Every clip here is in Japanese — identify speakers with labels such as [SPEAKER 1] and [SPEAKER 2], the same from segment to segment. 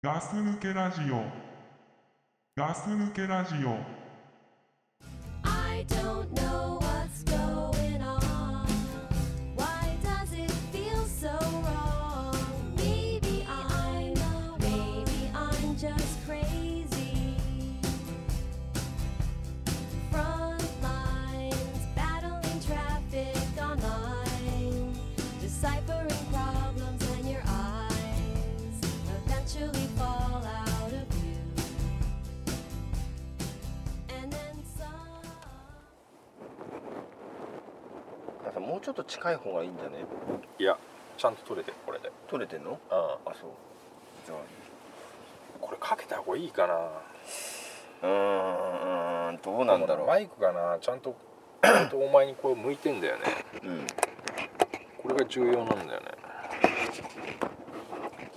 [SPEAKER 1] ガス抜けラジオガス抜けラジオ
[SPEAKER 2] I don't know what's going on. Why does it feel so wrong? Maybe I'm maybe I'm just crazy. Front lines, battling traffic online, deciphering problems in your eyes, eventually fall out of view. And then some.
[SPEAKER 3] なんかもうちょっと近い方がいいんじゃね
[SPEAKER 4] いやちゃんと取れてるこれで
[SPEAKER 3] 取れてんの
[SPEAKER 4] うん
[SPEAKER 3] あそうじゃ
[SPEAKER 4] これかけた方がいいかな
[SPEAKER 3] あうーんどうなんだろう
[SPEAKER 4] マイクがなちゃんとちゃんとお前にこう向いてんだよね
[SPEAKER 3] うん
[SPEAKER 4] これが重要なんだよね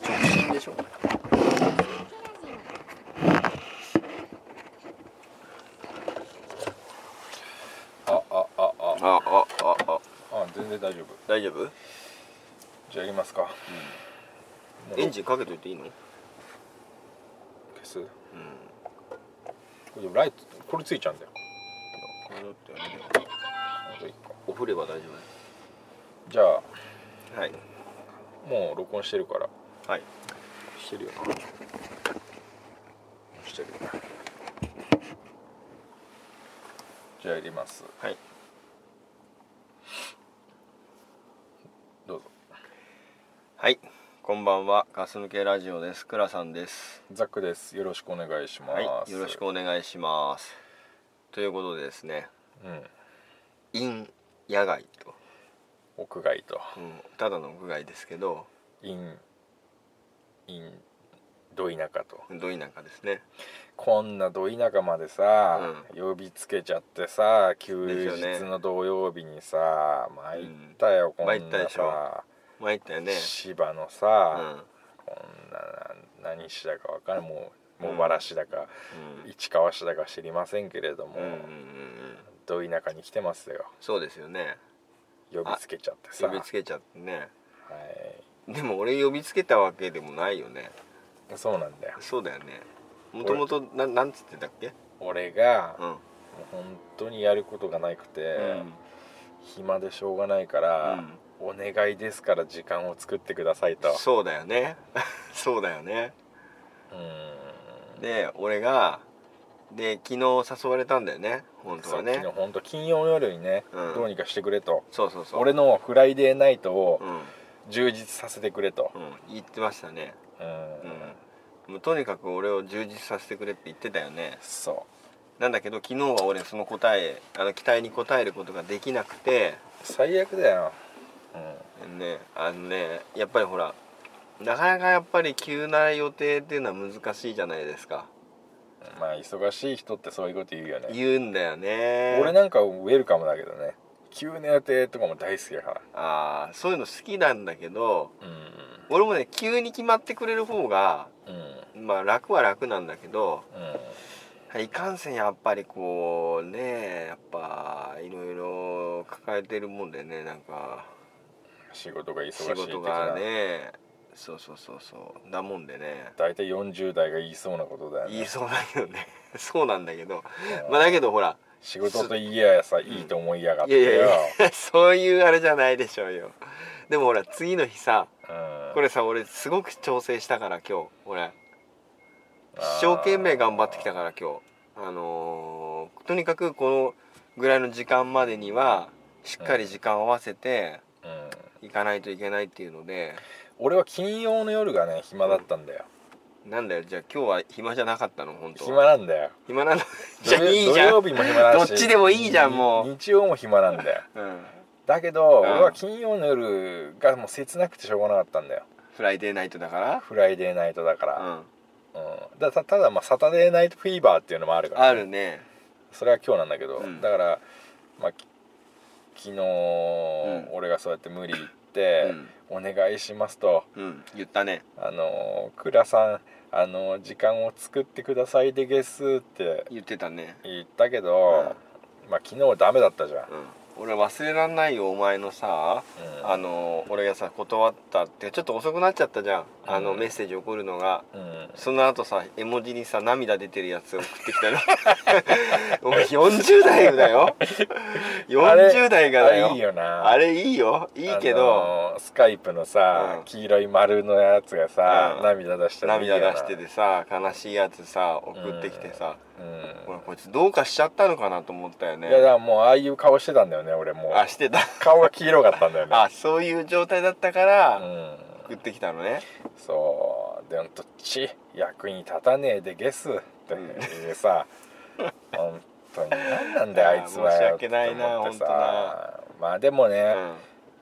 [SPEAKER 3] 直進でしょあ
[SPEAKER 4] ああああ
[SPEAKER 3] あああ
[SPEAKER 4] あ全然大丈夫
[SPEAKER 3] 大丈夫
[SPEAKER 4] じゃあやりますか、もう
[SPEAKER 3] エンジンかけといていいの
[SPEAKER 4] 消すこれでもライトこれついちゃうんだよ
[SPEAKER 3] これだってあれだよ
[SPEAKER 4] あと一個
[SPEAKER 3] お振れば大丈
[SPEAKER 4] じゃあ
[SPEAKER 3] 夫はい
[SPEAKER 4] もう録音してるから
[SPEAKER 3] はい
[SPEAKER 4] してるよなしてるよなじゃあやります
[SPEAKER 3] はい
[SPEAKER 4] どうぞ
[SPEAKER 3] はいこんばんはガス抜けラジオです倉さんです
[SPEAKER 4] ザックですよろしくお願いします、
[SPEAKER 3] はいよろしくお願いしますということでですね
[SPEAKER 4] うん
[SPEAKER 3] イン野外と、
[SPEAKER 4] 屋外と
[SPEAKER 3] うん、ただの屋外ですけど
[SPEAKER 4] インインど田舎と
[SPEAKER 3] ど田舎ですね
[SPEAKER 4] こんなど田舎までさ、呼びつけちゃってさ
[SPEAKER 3] です
[SPEAKER 4] 休
[SPEAKER 3] よね
[SPEAKER 4] 日の土曜日にさ参ったよ、
[SPEAKER 3] うん
[SPEAKER 4] こん
[SPEAKER 3] 参った
[SPEAKER 4] な
[SPEAKER 3] でしょ
[SPEAKER 4] さ、
[SPEAKER 3] 参ったよね
[SPEAKER 4] 芝の
[SPEAKER 3] う
[SPEAKER 4] さ、
[SPEAKER 3] ん
[SPEAKER 4] こんなな何市だかわからんもう茂原市だか、
[SPEAKER 3] うん
[SPEAKER 4] 市川市だか知りませんけれども、
[SPEAKER 3] うんうんうんうん
[SPEAKER 4] ど田舎に来てますよ
[SPEAKER 3] そうですよね
[SPEAKER 4] 呼びつけちゃってさ
[SPEAKER 3] 呼びつけちゃってね
[SPEAKER 4] はい
[SPEAKER 3] でも俺呼びつけたわけでもないよね
[SPEAKER 4] そうなんだよ
[SPEAKER 3] そうだよねもともとななんつってたっけ
[SPEAKER 4] 俺が、
[SPEAKER 3] うん、
[SPEAKER 4] もう本当にやることがなくて、
[SPEAKER 3] うん
[SPEAKER 4] 暇でしょうがないから、お願いですから時間を作ってくださいと
[SPEAKER 3] そうだよね そうだよね
[SPEAKER 4] うーん
[SPEAKER 3] で俺がで昨日誘われたんだよね本当
[SPEAKER 4] そう
[SPEAKER 3] はね
[SPEAKER 4] 昨日本当金曜の夜にね、
[SPEAKER 3] うん
[SPEAKER 4] どうにかしてくれと
[SPEAKER 3] そうそうそう
[SPEAKER 4] 俺のフライデーナイトを
[SPEAKER 3] うん、
[SPEAKER 4] 充実させてくれと、
[SPEAKER 3] うん、言ってましたね
[SPEAKER 4] う
[SPEAKER 3] うんんもうとにかく俺を充実させてくれって言ってたよね
[SPEAKER 4] そ
[SPEAKER 3] なんだけど昨日は俺その答えあの期待に応えることができなくて
[SPEAKER 4] う最悪だよ、う
[SPEAKER 3] ねあのねやっぱりほらなかなかやっぱり急な予定っていうのは難しいじゃないですか
[SPEAKER 4] ん、まあ忙しい人ってそういうこと言うよね
[SPEAKER 3] 言うんだよね
[SPEAKER 4] 俺なんかウェルカムだけどね急な予定とかも大好きだから
[SPEAKER 3] あーそういうの好きなんだけど
[SPEAKER 4] うん
[SPEAKER 3] 俺もね急に決まってくれる方が
[SPEAKER 4] うん
[SPEAKER 3] まあ楽は楽なんだけど
[SPEAKER 4] うん
[SPEAKER 3] いかんせんやっぱりこうねやっぱいろいろ抱えてるもんでねなんか
[SPEAKER 4] 仕事が忙しい
[SPEAKER 3] 仕
[SPEAKER 4] 的
[SPEAKER 3] 事
[SPEAKER 4] な
[SPEAKER 3] がねそうそうそうそうだもんでね
[SPEAKER 4] 大体40代が言いそうなことだよね
[SPEAKER 3] 言いそうだけどね そうなんだけど
[SPEAKER 4] うん
[SPEAKER 3] まあだけどほら
[SPEAKER 4] 仕事といやさいいと思いやがっ
[SPEAKER 3] い
[SPEAKER 4] て
[SPEAKER 3] や
[SPEAKER 4] よ
[SPEAKER 3] いやいや そういうあれじゃないでしょうよでもほら次の日さ
[SPEAKER 4] うん
[SPEAKER 3] これさ俺すごく調整したから今日俺
[SPEAKER 4] あー
[SPEAKER 3] 一生懸命頑張ってきたから今日あのーとにかくこのぐらいの時間までにはしっかり時間を合わせて
[SPEAKER 4] うん
[SPEAKER 3] いかないといけないっていうので
[SPEAKER 4] 俺は金曜の夜がね暇だったんだよ
[SPEAKER 3] なんだよじゃあ今日は暇じゃなかったの本当
[SPEAKER 4] 暇なんだよ
[SPEAKER 3] 暇なのじゃあ
[SPEAKER 4] 土曜
[SPEAKER 3] いいじゃん
[SPEAKER 4] 土曜日も暇だし
[SPEAKER 3] どっちでもいいじゃんもう
[SPEAKER 4] に日曜も暇なんだよ
[SPEAKER 3] うん
[SPEAKER 4] だけど
[SPEAKER 3] うん
[SPEAKER 4] 俺は金曜の夜がもう切なくてしょうがなかったんだよ
[SPEAKER 3] フライデーナイトだか
[SPEAKER 4] フライデーナイトだからら、
[SPEAKER 3] うん
[SPEAKER 4] うんだたただまあサタデーナイトフィーバーっていうのもあるからね、
[SPEAKER 3] あるね
[SPEAKER 4] それは今日なんだけど、
[SPEAKER 3] うん
[SPEAKER 4] だから、まあ、き昨日、
[SPEAKER 3] ん
[SPEAKER 4] 俺がそうやって無理言って
[SPEAKER 3] うん
[SPEAKER 4] 「お願いしますと
[SPEAKER 3] うん言ったね」
[SPEAKER 4] あのー倉さん、あのー時間を作ってくださいでゲス」って
[SPEAKER 3] 言ってたね
[SPEAKER 4] 言ったけど、まあ、昨日ダメだったじゃん、
[SPEAKER 3] うん俺忘れらんないよお前のさ、
[SPEAKER 4] うん
[SPEAKER 3] あの俺がさ断ったってちょっと遅くなっちゃったじゃん
[SPEAKER 4] うん
[SPEAKER 3] あのメッセージ送るのが
[SPEAKER 4] うん
[SPEAKER 3] その後さ絵文字にさ涙出てるやつ送ってき たのお前40代だよ
[SPEAKER 4] あれ
[SPEAKER 3] 40代がだ
[SPEAKER 4] あれいい
[SPEAKER 3] よ
[SPEAKER 4] よな
[SPEAKER 3] あれいいよいいけど、
[SPEAKER 4] あのースカイプのさ、
[SPEAKER 3] うん
[SPEAKER 4] 黄色い丸のやつがさ、
[SPEAKER 3] うん
[SPEAKER 4] 涙出した
[SPEAKER 3] 涙出しててさ悲しいやつさ送ってきてさ、
[SPEAKER 4] うん
[SPEAKER 3] 俺こいつどうかしちゃったのかなと思ったよね
[SPEAKER 4] いやだからもうああいう顔してたんだよね俺もう
[SPEAKER 3] あしてた
[SPEAKER 4] 顔が黄色かったんだよね
[SPEAKER 3] あそういう状態だったか
[SPEAKER 4] う
[SPEAKER 3] ら
[SPEAKER 4] ん
[SPEAKER 3] 送ってきたのね、
[SPEAKER 4] そうでほんと「ち役に立たねえでゲス」っていうさ、本当に何なんだよ
[SPEAKER 3] あ
[SPEAKER 4] あ
[SPEAKER 3] ー
[SPEAKER 4] いつはよ
[SPEAKER 3] 申し訳ないな
[SPEAKER 4] って思ってさ
[SPEAKER 3] 本
[SPEAKER 4] まあでも
[SPEAKER 3] う
[SPEAKER 4] ね、
[SPEAKER 3] ん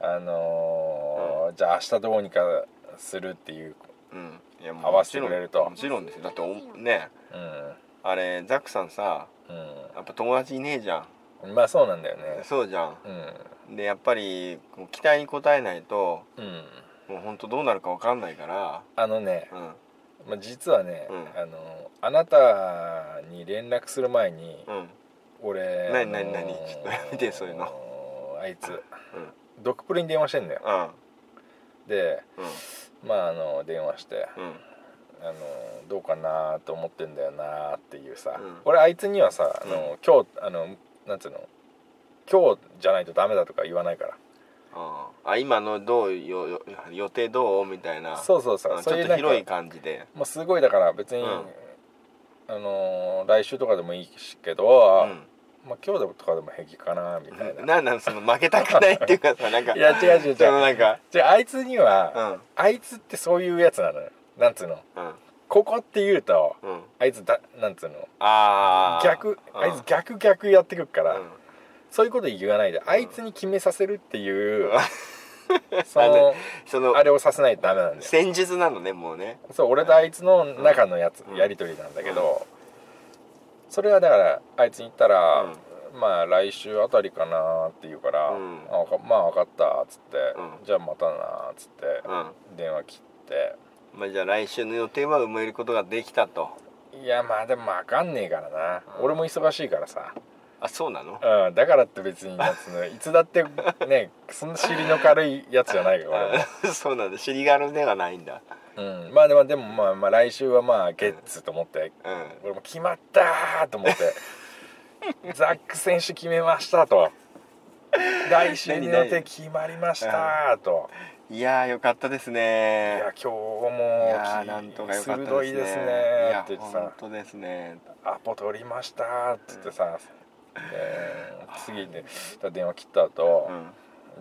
[SPEAKER 4] あのーじゃあ明日どうにかするっていう、
[SPEAKER 3] うんいやも
[SPEAKER 4] 合わせてくれると
[SPEAKER 3] もちろんですよだっておね
[SPEAKER 4] うん
[SPEAKER 3] あれザックさんさやっぱ友達いねえじゃ
[SPEAKER 4] うん、まあそうなんだよね
[SPEAKER 3] んそうじゃ
[SPEAKER 4] うん
[SPEAKER 3] んでやっぱりこう期待に応えないと
[SPEAKER 4] うん
[SPEAKER 3] もう本当どうなるかわかんないから
[SPEAKER 4] あのね、
[SPEAKER 3] うん
[SPEAKER 4] まあ、実はね、
[SPEAKER 3] うん
[SPEAKER 4] あのあなたに連絡する前に、
[SPEAKER 3] うん
[SPEAKER 4] 俺
[SPEAKER 3] 何何
[SPEAKER 4] あの
[SPEAKER 3] 何ちょっとやめてそういう
[SPEAKER 4] あいつドクプリに電話してんだよ
[SPEAKER 3] うん
[SPEAKER 4] で
[SPEAKER 3] うん
[SPEAKER 4] まああの電話して
[SPEAKER 3] うん
[SPEAKER 4] あのどうかなと思ってんだよなっていうさ、
[SPEAKER 3] うん
[SPEAKER 4] 俺あいつにはさあの、今日あのなんつうの今日じゃないとダメだとか言わないか
[SPEAKER 3] あーあ今のどうよよ予定どうみたいな
[SPEAKER 4] らそうそうそううん
[SPEAKER 3] ち
[SPEAKER 4] そう
[SPEAKER 3] ょ
[SPEAKER 4] い
[SPEAKER 3] っ
[SPEAKER 4] う
[SPEAKER 3] と
[SPEAKER 4] なん
[SPEAKER 3] 広い
[SPEAKER 4] か
[SPEAKER 3] 感じで
[SPEAKER 4] もうすごいだから別に、
[SPEAKER 3] うん
[SPEAKER 4] あの来週とかでもいいけど、
[SPEAKER 3] う
[SPEAKER 4] まあ、今日とかでも平気かなみたいな。
[SPEAKER 3] んなんなんその負けたくないっていうかさなんか
[SPEAKER 4] いや違う違う違う
[SPEAKER 3] そのなんか
[SPEAKER 4] じゃああいつには、
[SPEAKER 3] うん
[SPEAKER 4] あいつってそういうやつなのよなんつうの
[SPEAKER 3] うん
[SPEAKER 4] ここって言うと、
[SPEAKER 3] うん
[SPEAKER 4] あいつだなんつうの
[SPEAKER 3] ああ
[SPEAKER 4] 逆あいつ逆逆やってくっから、
[SPEAKER 3] うん
[SPEAKER 4] そういうこと言わないで、あいつに決めさせるっていう、 そ
[SPEAKER 3] あ
[SPEAKER 4] の
[SPEAKER 3] のその
[SPEAKER 4] あれをさせないとダメなんだよ
[SPEAKER 3] 戦術なのねもうね
[SPEAKER 4] そう俺とあいつの中のやつ、
[SPEAKER 3] うん
[SPEAKER 4] やり取りなんだけど、それはだからあいつに言ったら、まあ来週あたりかなって言うから、
[SPEAKER 3] うん
[SPEAKER 4] あわかまあ分かったっつって、
[SPEAKER 3] うん
[SPEAKER 4] じゃあまたなっつって、
[SPEAKER 3] うんま
[SPEAKER 4] 電話切って
[SPEAKER 3] あじゃあ来週の予定は埋めることができたと
[SPEAKER 4] いやまあでも分かんねえからな、
[SPEAKER 3] うん
[SPEAKER 4] 俺も忙しいからさ、
[SPEAKER 3] あそうなの
[SPEAKER 4] うん、だからって別にやつ ねいつだってねそんな尻の軽いやつじゃないから俺も
[SPEAKER 3] あ そうなんだ尻軽ではないんだ
[SPEAKER 4] うん、まあでもでもまあまあ来週はまあゲッツと思って、
[SPEAKER 3] うん
[SPEAKER 4] 俺も決まったーと思って ザック選手決めましたと来週に予定決まりましたーと
[SPEAKER 3] いやーよかったです
[SPEAKER 4] い
[SPEAKER 3] ね
[SPEAKER 4] や今日
[SPEAKER 3] い
[SPEAKER 4] も
[SPEAKER 3] やーなんとかよかったですね
[SPEAKER 4] 鋭いですね
[SPEAKER 3] い
[SPEAKER 4] ー
[SPEAKER 3] や
[SPEAKER 4] って言って
[SPEAKER 3] 本
[SPEAKER 4] さ
[SPEAKER 3] 当ですね
[SPEAKER 4] アポ取りましたーっつってさ、えー次で電話切った後
[SPEAKER 3] う、ん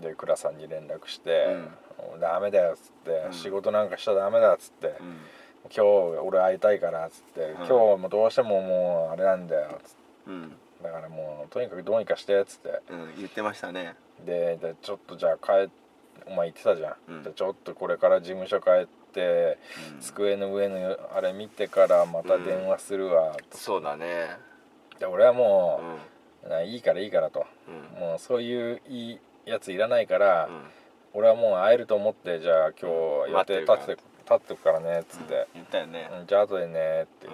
[SPEAKER 4] で倉さんに連絡して「ダメだよ」っつって、
[SPEAKER 3] ん
[SPEAKER 4] 仕事なんかしちゃダメだ」っつって、
[SPEAKER 3] うん
[SPEAKER 4] 今日俺会いたいから」っつって、今日もどうしてももうあれなんだよ」っつって
[SPEAKER 3] うん
[SPEAKER 4] だからもうとにかくどうにかして」っつって
[SPEAKER 3] うん言ってましたね
[SPEAKER 4] ででちょっとじゃあ帰っお前言ってたじゃん、
[SPEAKER 3] うん
[SPEAKER 4] でちょっとこれから事務所帰って、
[SPEAKER 3] うん
[SPEAKER 4] 机の上のあれ見てからまた電話するわ、つっ
[SPEAKER 3] そうだね
[SPEAKER 4] てで俺は
[SPEAKER 3] う
[SPEAKER 4] も
[SPEAKER 3] ん
[SPEAKER 4] う、ないいからいいからと。
[SPEAKER 3] うん
[SPEAKER 4] もうそういういいやついらないから、
[SPEAKER 3] うん
[SPEAKER 4] 俺はもう会えると思ってじゃあ今日予定立
[SPEAKER 3] 待って
[SPEAKER 4] て
[SPEAKER 3] る
[SPEAKER 4] 立ってくからねっつって、
[SPEAKER 3] 言ったよね
[SPEAKER 4] うんじゃあ後でねって、
[SPEAKER 3] うん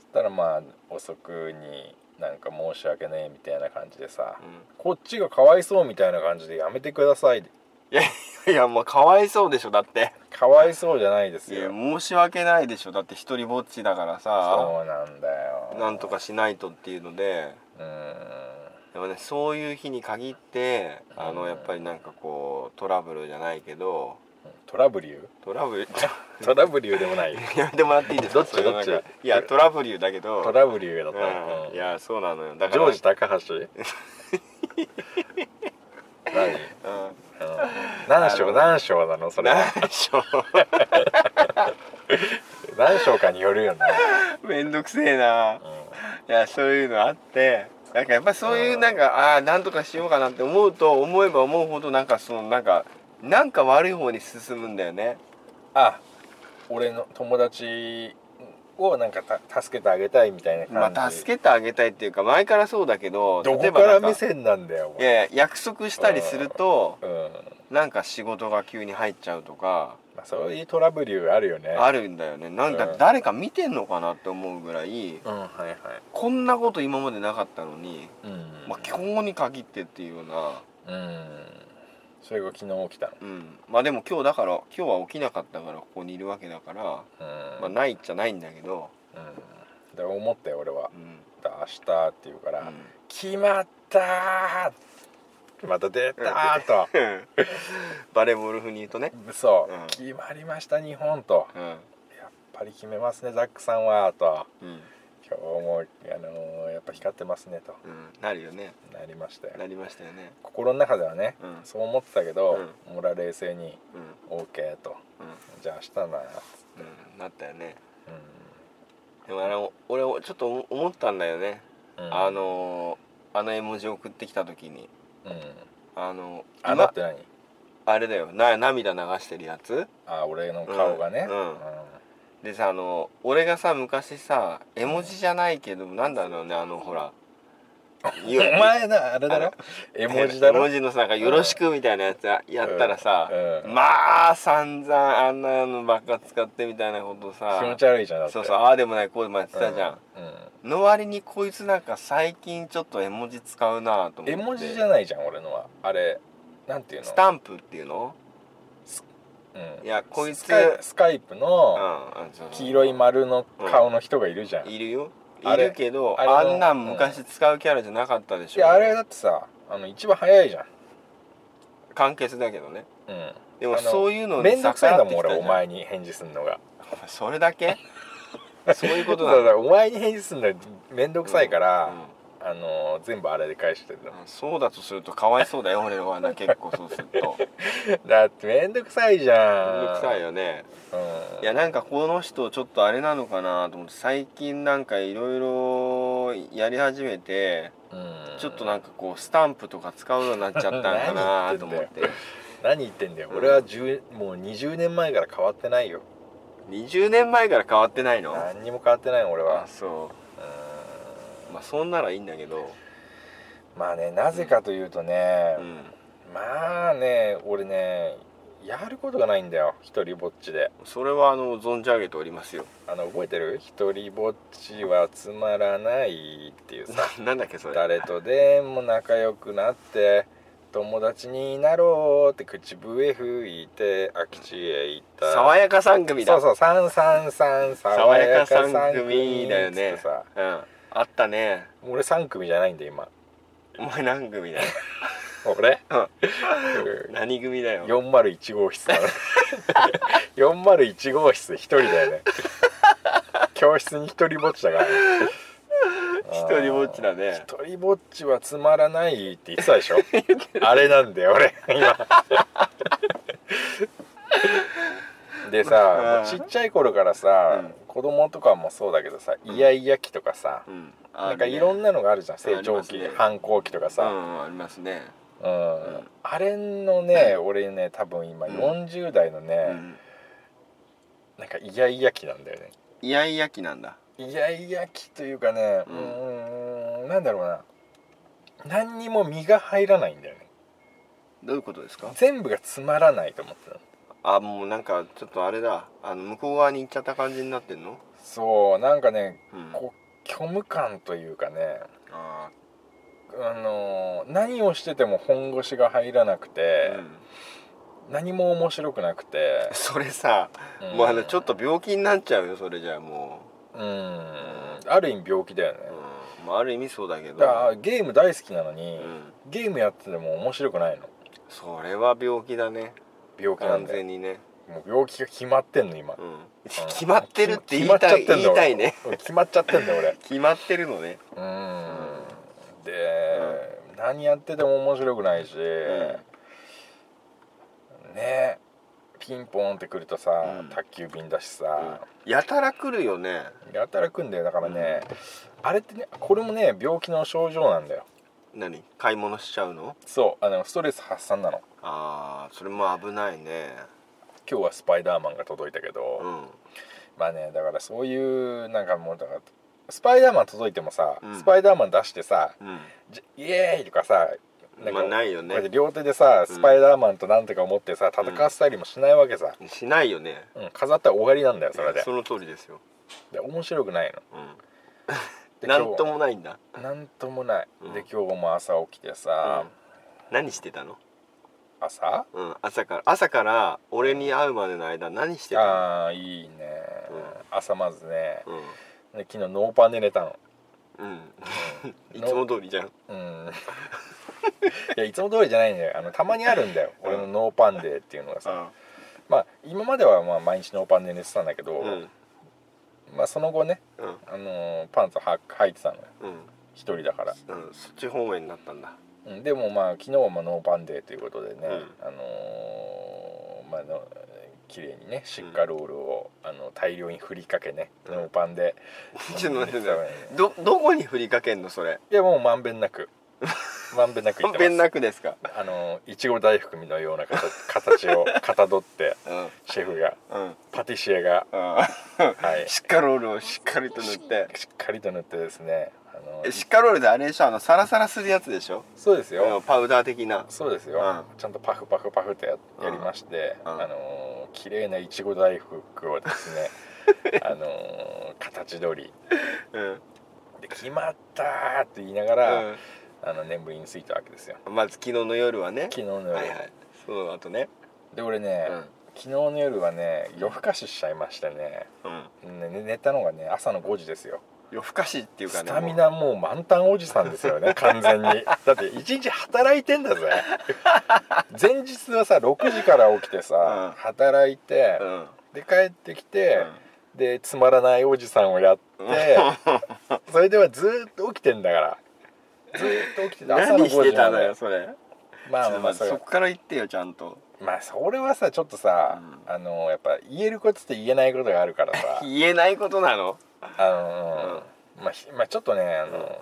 [SPEAKER 4] そしたらまあ遅くになんか申し訳ねえみたいな感じでさ、
[SPEAKER 3] うん
[SPEAKER 4] こっちがかわいそうみたいな感じでやめてください
[SPEAKER 3] いやいやいやもうかわいそうでしょだって
[SPEAKER 4] かわいそうじゃないです
[SPEAKER 3] いや
[SPEAKER 4] よ
[SPEAKER 3] 申し訳ないでしょだって一人ぼっちだからさ
[SPEAKER 4] そうなんだよ
[SPEAKER 3] なんとかしないとっていうので
[SPEAKER 4] うーん
[SPEAKER 3] でもねそういう日に限ってあ
[SPEAKER 4] う
[SPEAKER 3] の
[SPEAKER 4] ん
[SPEAKER 3] やっぱりなんかこうトラブルじゃないけど
[SPEAKER 4] トラブリュ ー
[SPEAKER 3] トラブル
[SPEAKER 4] トラブリューでもない
[SPEAKER 3] やめてもらっていいですか
[SPEAKER 4] どっち
[SPEAKER 3] それはなんか
[SPEAKER 4] どっち
[SPEAKER 3] いやトラブルだけど
[SPEAKER 4] トラブリューだった
[SPEAKER 3] うん
[SPEAKER 4] うん
[SPEAKER 3] いやそうなのよだ
[SPEAKER 4] ジ
[SPEAKER 3] から
[SPEAKER 4] ョージ高 橋何
[SPEAKER 3] うん
[SPEAKER 4] 何章何章なのそれ
[SPEAKER 3] 何でしょ
[SPEAKER 4] 何章かによるよね、
[SPEAKER 3] うめんどくせえな
[SPEAKER 4] うん
[SPEAKER 3] いやそういうのあってなんかやっぱそういうなんかああーなんとかしようかなって思うと思えば思うほどなんかそのなんかなんか悪い方に進むんだよね
[SPEAKER 4] あ俺の友達をなんかた助けてあげたいみたいな感じ、
[SPEAKER 3] まあ助けてあげたいっていうか前からそうだけど
[SPEAKER 4] ど
[SPEAKER 3] 例えば
[SPEAKER 4] こか
[SPEAKER 3] な
[SPEAKER 4] ら
[SPEAKER 3] んか
[SPEAKER 4] 目線なんだよお
[SPEAKER 3] い
[SPEAKER 4] 前
[SPEAKER 3] やいや約束したりすると
[SPEAKER 4] うん
[SPEAKER 3] なんか仕事が急に入っちゃうとか
[SPEAKER 4] まあ、そういうトラブルあるよね
[SPEAKER 3] あ
[SPEAKER 4] る
[SPEAKER 3] るんだよねなんだ
[SPEAKER 4] うん
[SPEAKER 3] 誰か見てんのかなって思うぐらい
[SPEAKER 4] うんはいはい
[SPEAKER 3] こんなこと今までなかったのに、
[SPEAKER 4] うん
[SPEAKER 3] まあ、今日に限ってっていうような
[SPEAKER 4] うんそれが昨日起きたの
[SPEAKER 3] うん、まあでも今日だから今日は起きなかったからここにいるわけだから、
[SPEAKER 4] うん、
[SPEAKER 3] まあ、ないっちゃないんだけど、
[SPEAKER 4] うん、で思ったよ俺は
[SPEAKER 3] うん
[SPEAKER 4] 「明日」って言うから「
[SPEAKER 3] うん
[SPEAKER 4] 決まったーまた出たーと
[SPEAKER 3] バレーボール風に言うとね、
[SPEAKER 4] そう、
[SPEAKER 3] うん
[SPEAKER 4] 決まりました日本と
[SPEAKER 3] うん
[SPEAKER 4] やっぱり決めますねザックさんはと
[SPEAKER 3] うん
[SPEAKER 4] 今日もあのーやっぱ光ってますねと
[SPEAKER 3] うん、なるよね
[SPEAKER 4] なりましたよ
[SPEAKER 3] なりましたよね、
[SPEAKER 4] 心の中ではね、
[SPEAKER 3] うん
[SPEAKER 4] そう思ってたけど、俺は冷静に
[SPEAKER 3] うん
[SPEAKER 4] OK と
[SPEAKER 3] う
[SPEAKER 4] じゃあ明日な、
[SPEAKER 3] んうん、なったよね
[SPEAKER 4] う
[SPEAKER 3] でもあの俺ちょっと思ったんだよね、
[SPEAKER 4] んうん、
[SPEAKER 3] あのーあの絵文字送ってきた時に
[SPEAKER 4] うん
[SPEAKER 3] あの
[SPEAKER 4] あの
[SPEAKER 3] 今
[SPEAKER 4] って何
[SPEAKER 3] あれだよな涙流してるやつ
[SPEAKER 4] あ俺の顔がね、
[SPEAKER 3] うんうんでさあの俺がさ昔さ絵文字じゃないけどなんだろうねあのほ らいや
[SPEAKER 4] お前なあれだろ絵文字だろ
[SPEAKER 3] 絵文字のさなんか「よろしく」みたいなやつややったらさ、
[SPEAKER 4] うんうん
[SPEAKER 3] まあ散々あんなのばっか使ってみたいなことさ
[SPEAKER 4] 気持ち悪いじゃんだって
[SPEAKER 3] そうそうああでもないこうでもないって言ってたじゃん、
[SPEAKER 4] うんうん
[SPEAKER 3] の割にこいつなんか最近ちょっと絵文字使うなと思って
[SPEAKER 4] 絵文字じゃないじゃん俺のはあれなんていうの
[SPEAKER 3] スタンプっていうの
[SPEAKER 4] うん
[SPEAKER 3] いやこいつ
[SPEAKER 4] スカイスカイプの
[SPEAKER 3] うん
[SPEAKER 4] 黄色い丸の顔の人がいるじゃん、い
[SPEAKER 3] いるよ
[SPEAKER 4] あ
[SPEAKER 3] い
[SPEAKER 4] れ
[SPEAKER 3] るけど
[SPEAKER 4] あれの
[SPEAKER 3] あんなん昔使うキャラじゃなかったでしょ
[SPEAKER 4] やあれだってさあの一番早いじゃん
[SPEAKER 3] 簡潔だけどね
[SPEAKER 4] うん
[SPEAKER 3] でも
[SPEAKER 4] あの
[SPEAKER 3] そういうの
[SPEAKER 4] 面倒くさいんだもん
[SPEAKER 3] 逆らっ
[SPEAKER 4] 俺
[SPEAKER 3] てきたじゃ
[SPEAKER 4] お前に返事すんのが
[SPEAKER 3] それだ けそういうこと
[SPEAKER 4] だ
[SPEAKER 3] な
[SPEAKER 4] か
[SPEAKER 3] の
[SPEAKER 4] らお前に返事すんの面倒くさいから、
[SPEAKER 3] うん
[SPEAKER 4] あのー全部あれで返してるの
[SPEAKER 3] うんそうだとするとかわいそうだよ俺はな結構そうするとめん
[SPEAKER 4] だって面倒くさいじゃん
[SPEAKER 3] どくさい
[SPEAKER 4] よ、
[SPEAKER 3] よね
[SPEAKER 4] うん、
[SPEAKER 3] いやなんかこの人ちょっとあれなのかなと思って最近なんかいろいろやり始めて
[SPEAKER 4] うん
[SPEAKER 3] ちょっとなんかこうスタンプとか使うようになっちゃったんかなと思っ
[SPEAKER 4] 何
[SPEAKER 3] て
[SPEAKER 4] 何言ってんだよ
[SPEAKER 3] うん
[SPEAKER 4] 俺は10もう20年前から変わってないよ
[SPEAKER 3] 20年前から変わってないの
[SPEAKER 4] 何にも変わってないの俺は
[SPEAKER 3] あそう
[SPEAKER 4] う
[SPEAKER 3] まあそんならいいんだけど
[SPEAKER 4] んまあねなぜかというとね、
[SPEAKER 3] うん
[SPEAKER 4] まあね俺ねやることがないんだよ一人ぼっちで
[SPEAKER 3] それはあの存じ上げておりますよ
[SPEAKER 4] あの覚えてる一人ぼっちはつまらないってい うさ
[SPEAKER 3] ななんだっけそれ
[SPEAKER 4] 誰とでも仲良くなって友達になろうって口笛吹いて空き地へ行った
[SPEAKER 3] 爽やか3組だ
[SPEAKER 4] そうそう「三三三
[SPEAKER 3] 爽
[SPEAKER 4] 爽
[SPEAKER 3] や
[SPEAKER 4] や
[SPEAKER 3] か
[SPEAKER 4] か
[SPEAKER 3] 3
[SPEAKER 4] 3
[SPEAKER 3] 組
[SPEAKER 4] 組」
[SPEAKER 3] だよ
[SPEAKER 4] っつ
[SPEAKER 3] ね
[SPEAKER 4] ってさ
[SPEAKER 3] うんあったね
[SPEAKER 4] 俺3組じゃないんだよ今
[SPEAKER 3] お前何組 だよ
[SPEAKER 4] 俺
[SPEAKER 3] うん何組だよ
[SPEAKER 4] 401号室だね401号室一人だよね教室に一人ぼっちだからね
[SPEAKER 3] 一人ぼっちだね
[SPEAKER 4] 一人ぼっちはつまらないって言ってた でしょあれなんだよ俺今でさ
[SPEAKER 3] うん
[SPEAKER 4] ちっちゃい頃からさ、
[SPEAKER 3] うん
[SPEAKER 4] 子供とかもそうだけどさイヤイヤ期とかさ、
[SPEAKER 3] うん
[SPEAKER 4] なんかいろんなのがあるじゃん
[SPEAKER 3] あり
[SPEAKER 4] 成
[SPEAKER 3] ますね
[SPEAKER 4] 長期、反抗期とか
[SPEAKER 3] う
[SPEAKER 4] さ、
[SPEAKER 3] んありますね
[SPEAKER 4] うん
[SPEAKER 3] うん
[SPEAKER 4] あれのね、俺ね多分今
[SPEAKER 3] うん
[SPEAKER 4] 40代のね、
[SPEAKER 3] うん
[SPEAKER 4] なんかイヤイヤ期なんだよね
[SPEAKER 3] イヤイヤ期なんだ
[SPEAKER 4] イヤイヤ期というかねう
[SPEAKER 3] うん
[SPEAKER 4] ーんなんだろうな何にも身が入らないんだよね
[SPEAKER 3] どういうことですか
[SPEAKER 4] 全部がつまらないと思ってたの
[SPEAKER 3] あもうなんかちょっとあれだあの向こう側に行っちゃった感じになってんの
[SPEAKER 4] そうなんかね
[SPEAKER 3] うん
[SPEAKER 4] こう虚無感というかね
[SPEAKER 3] あ
[SPEAKER 4] あのー何をしてても本腰が入らな
[SPEAKER 3] あ
[SPEAKER 4] くて
[SPEAKER 3] う、ん
[SPEAKER 4] 何も面白くなくて、
[SPEAKER 3] それさ
[SPEAKER 4] うん
[SPEAKER 3] もうあのちょっと病気になっちゃうよそれじゃあも
[SPEAKER 4] うんある意味病気だよね
[SPEAKER 3] う、うんまあある意味そうだけど
[SPEAKER 4] だからゲーム大好きなのに、
[SPEAKER 3] うん
[SPEAKER 4] ゲームやってても面白くないの
[SPEAKER 3] それは病気だね
[SPEAKER 4] 病気な
[SPEAKER 3] 完
[SPEAKER 4] んで
[SPEAKER 3] 全にね、
[SPEAKER 4] もう病気が決まってんの今、
[SPEAKER 3] う
[SPEAKER 4] うん
[SPEAKER 3] ん、 決まってるって言いたい
[SPEAKER 4] 決まっちゃってん
[SPEAKER 3] 言
[SPEAKER 4] だ
[SPEAKER 3] いた
[SPEAKER 4] 俺
[SPEAKER 3] いね
[SPEAKER 4] うん決まっちゃってんだよ俺
[SPEAKER 3] 決まってるのね
[SPEAKER 4] うんで、何やってても面白くないし、ねピンポンってくるとさ、
[SPEAKER 3] うん
[SPEAKER 4] 宅急便だしさ、
[SPEAKER 3] やたら来るよね
[SPEAKER 4] やたら来んだよだからね、あれってねこれもね病気の症状なんだよ
[SPEAKER 3] 何買い物しちゃうの
[SPEAKER 4] そうあのストレス発散なの
[SPEAKER 3] ああそれも危ないね
[SPEAKER 4] 今日はスパイダーマンが届いたけど、
[SPEAKER 3] うん
[SPEAKER 4] まあねだからそういうなんかもうだからスパイダーマン届いてもさ、
[SPEAKER 3] うん
[SPEAKER 4] スパイダーマン出してさ
[SPEAKER 3] うん
[SPEAKER 4] じイエーイとかさん
[SPEAKER 3] ま
[SPEAKER 4] か
[SPEAKER 3] あないよね
[SPEAKER 4] こうやって両手でさスパイダーマンとなんとか思ってさ戦わせたりもしないわけさ、
[SPEAKER 3] しないよね
[SPEAKER 4] うん飾ったら終わりなんだよそれで
[SPEAKER 3] その通りですよ、
[SPEAKER 4] で面白くないの
[SPEAKER 3] う
[SPEAKER 4] で
[SPEAKER 3] ん、なんともないんだ、
[SPEAKER 4] 今日なんともない、
[SPEAKER 3] うん
[SPEAKER 4] で今日も朝起きてさ、
[SPEAKER 3] 何してたの
[SPEAKER 4] 朝
[SPEAKER 3] うん、朝から朝から俺に会うまでの間何してた
[SPEAKER 4] ああいいね、
[SPEAKER 3] うん
[SPEAKER 4] 朝まずね
[SPEAKER 3] の
[SPEAKER 4] で昨日ノーパンで寝たの
[SPEAKER 3] うん、うん、
[SPEAKER 4] うん
[SPEAKER 3] いつも通りじゃん
[SPEAKER 4] うん いやいつも通りじゃないんだよあのたまにあるんだよ俺のノーパンデーっていうのがさ、まあ今まではまあ毎日ノーパンで寝てたんだけど、
[SPEAKER 3] うん
[SPEAKER 4] まあその後ね、
[SPEAKER 3] うん
[SPEAKER 4] あのーパンツは履いてたのよ
[SPEAKER 3] うん
[SPEAKER 4] 一人だから、
[SPEAKER 3] うんそっち方面になったんだ
[SPEAKER 4] うん、でもまあ昨日はまあノーパンデーということでね、
[SPEAKER 3] う
[SPEAKER 4] あのーまあの綺麗にねシッカロールを、あの大量に振りかけね、
[SPEAKER 3] うん
[SPEAKER 4] ノーパンで
[SPEAKER 3] ちょっと待ってくださ
[SPEAKER 4] い
[SPEAKER 3] どどこに振りかけんのそれ
[SPEAKER 4] いやもうまんべんなく まんべんなくい
[SPEAKER 3] ま
[SPEAKER 4] っ
[SPEAKER 3] んべ
[SPEAKER 4] て
[SPEAKER 3] ん
[SPEAKER 4] ます
[SPEAKER 3] なくですか
[SPEAKER 4] あのいちご大福のような形形 をかたどって
[SPEAKER 3] うん
[SPEAKER 4] シェフが
[SPEAKER 3] うん
[SPEAKER 4] パティシエが
[SPEAKER 3] うん
[SPEAKER 4] はい
[SPEAKER 3] シッカロールを しっかりと塗って
[SPEAKER 4] しっかりと塗ってですねあの
[SPEAKER 3] えシッカロールであれでしょあのサラサラするやつでしょ
[SPEAKER 4] そうです
[SPEAKER 3] あの
[SPEAKER 4] よ
[SPEAKER 3] パウダー的な
[SPEAKER 4] そうですよ、
[SPEAKER 3] う
[SPEAKER 4] ちゃんとパフパフパフってや
[SPEAKER 3] うん
[SPEAKER 4] やりまして、
[SPEAKER 3] うん
[SPEAKER 4] あのー綺麗ないちご大福をですね あのー形通り
[SPEAKER 3] うん、
[SPEAKER 4] で決まったーって言いながら、あの眠りについたわけですよ
[SPEAKER 3] うん、まず昨日の夜はね
[SPEAKER 4] 昨日の夜、
[SPEAKER 3] はいはいその後ね
[SPEAKER 4] で俺ね、
[SPEAKER 3] うん
[SPEAKER 4] 昨日の夜はね夜更かししちゃいましたね
[SPEAKER 3] うん
[SPEAKER 4] ねね寝たのがね朝の5時ですよ
[SPEAKER 3] 夜更かしっていうか
[SPEAKER 4] ス
[SPEAKER 3] ね
[SPEAKER 4] タミナもう満タンおじさんですよ ね完全にだって一日働いてんだぜ前日はさ6時から起きてさ、
[SPEAKER 3] うん
[SPEAKER 4] 働いて、
[SPEAKER 3] もううん
[SPEAKER 4] で帰ってきて、でつまらないおじさんを やって、それではずーっと起きてんだからずーっと起きてて朝の5
[SPEAKER 3] 何
[SPEAKER 4] 時
[SPEAKER 3] してたの
[SPEAKER 4] まで
[SPEAKER 3] よそれ
[SPEAKER 4] まあまあまあ
[SPEAKER 3] ちょ
[SPEAKER 4] そ
[SPEAKER 3] っと待ってそ
[SPEAKER 4] れ
[SPEAKER 3] っから言ってよちゃんと
[SPEAKER 4] まあそれはさちょっとさ、
[SPEAKER 3] うん
[SPEAKER 4] あのやっぱ言えることと言えないことがあるから さ
[SPEAKER 3] 言えないことなの
[SPEAKER 4] あの、まあ、ひまあちょっとねあの、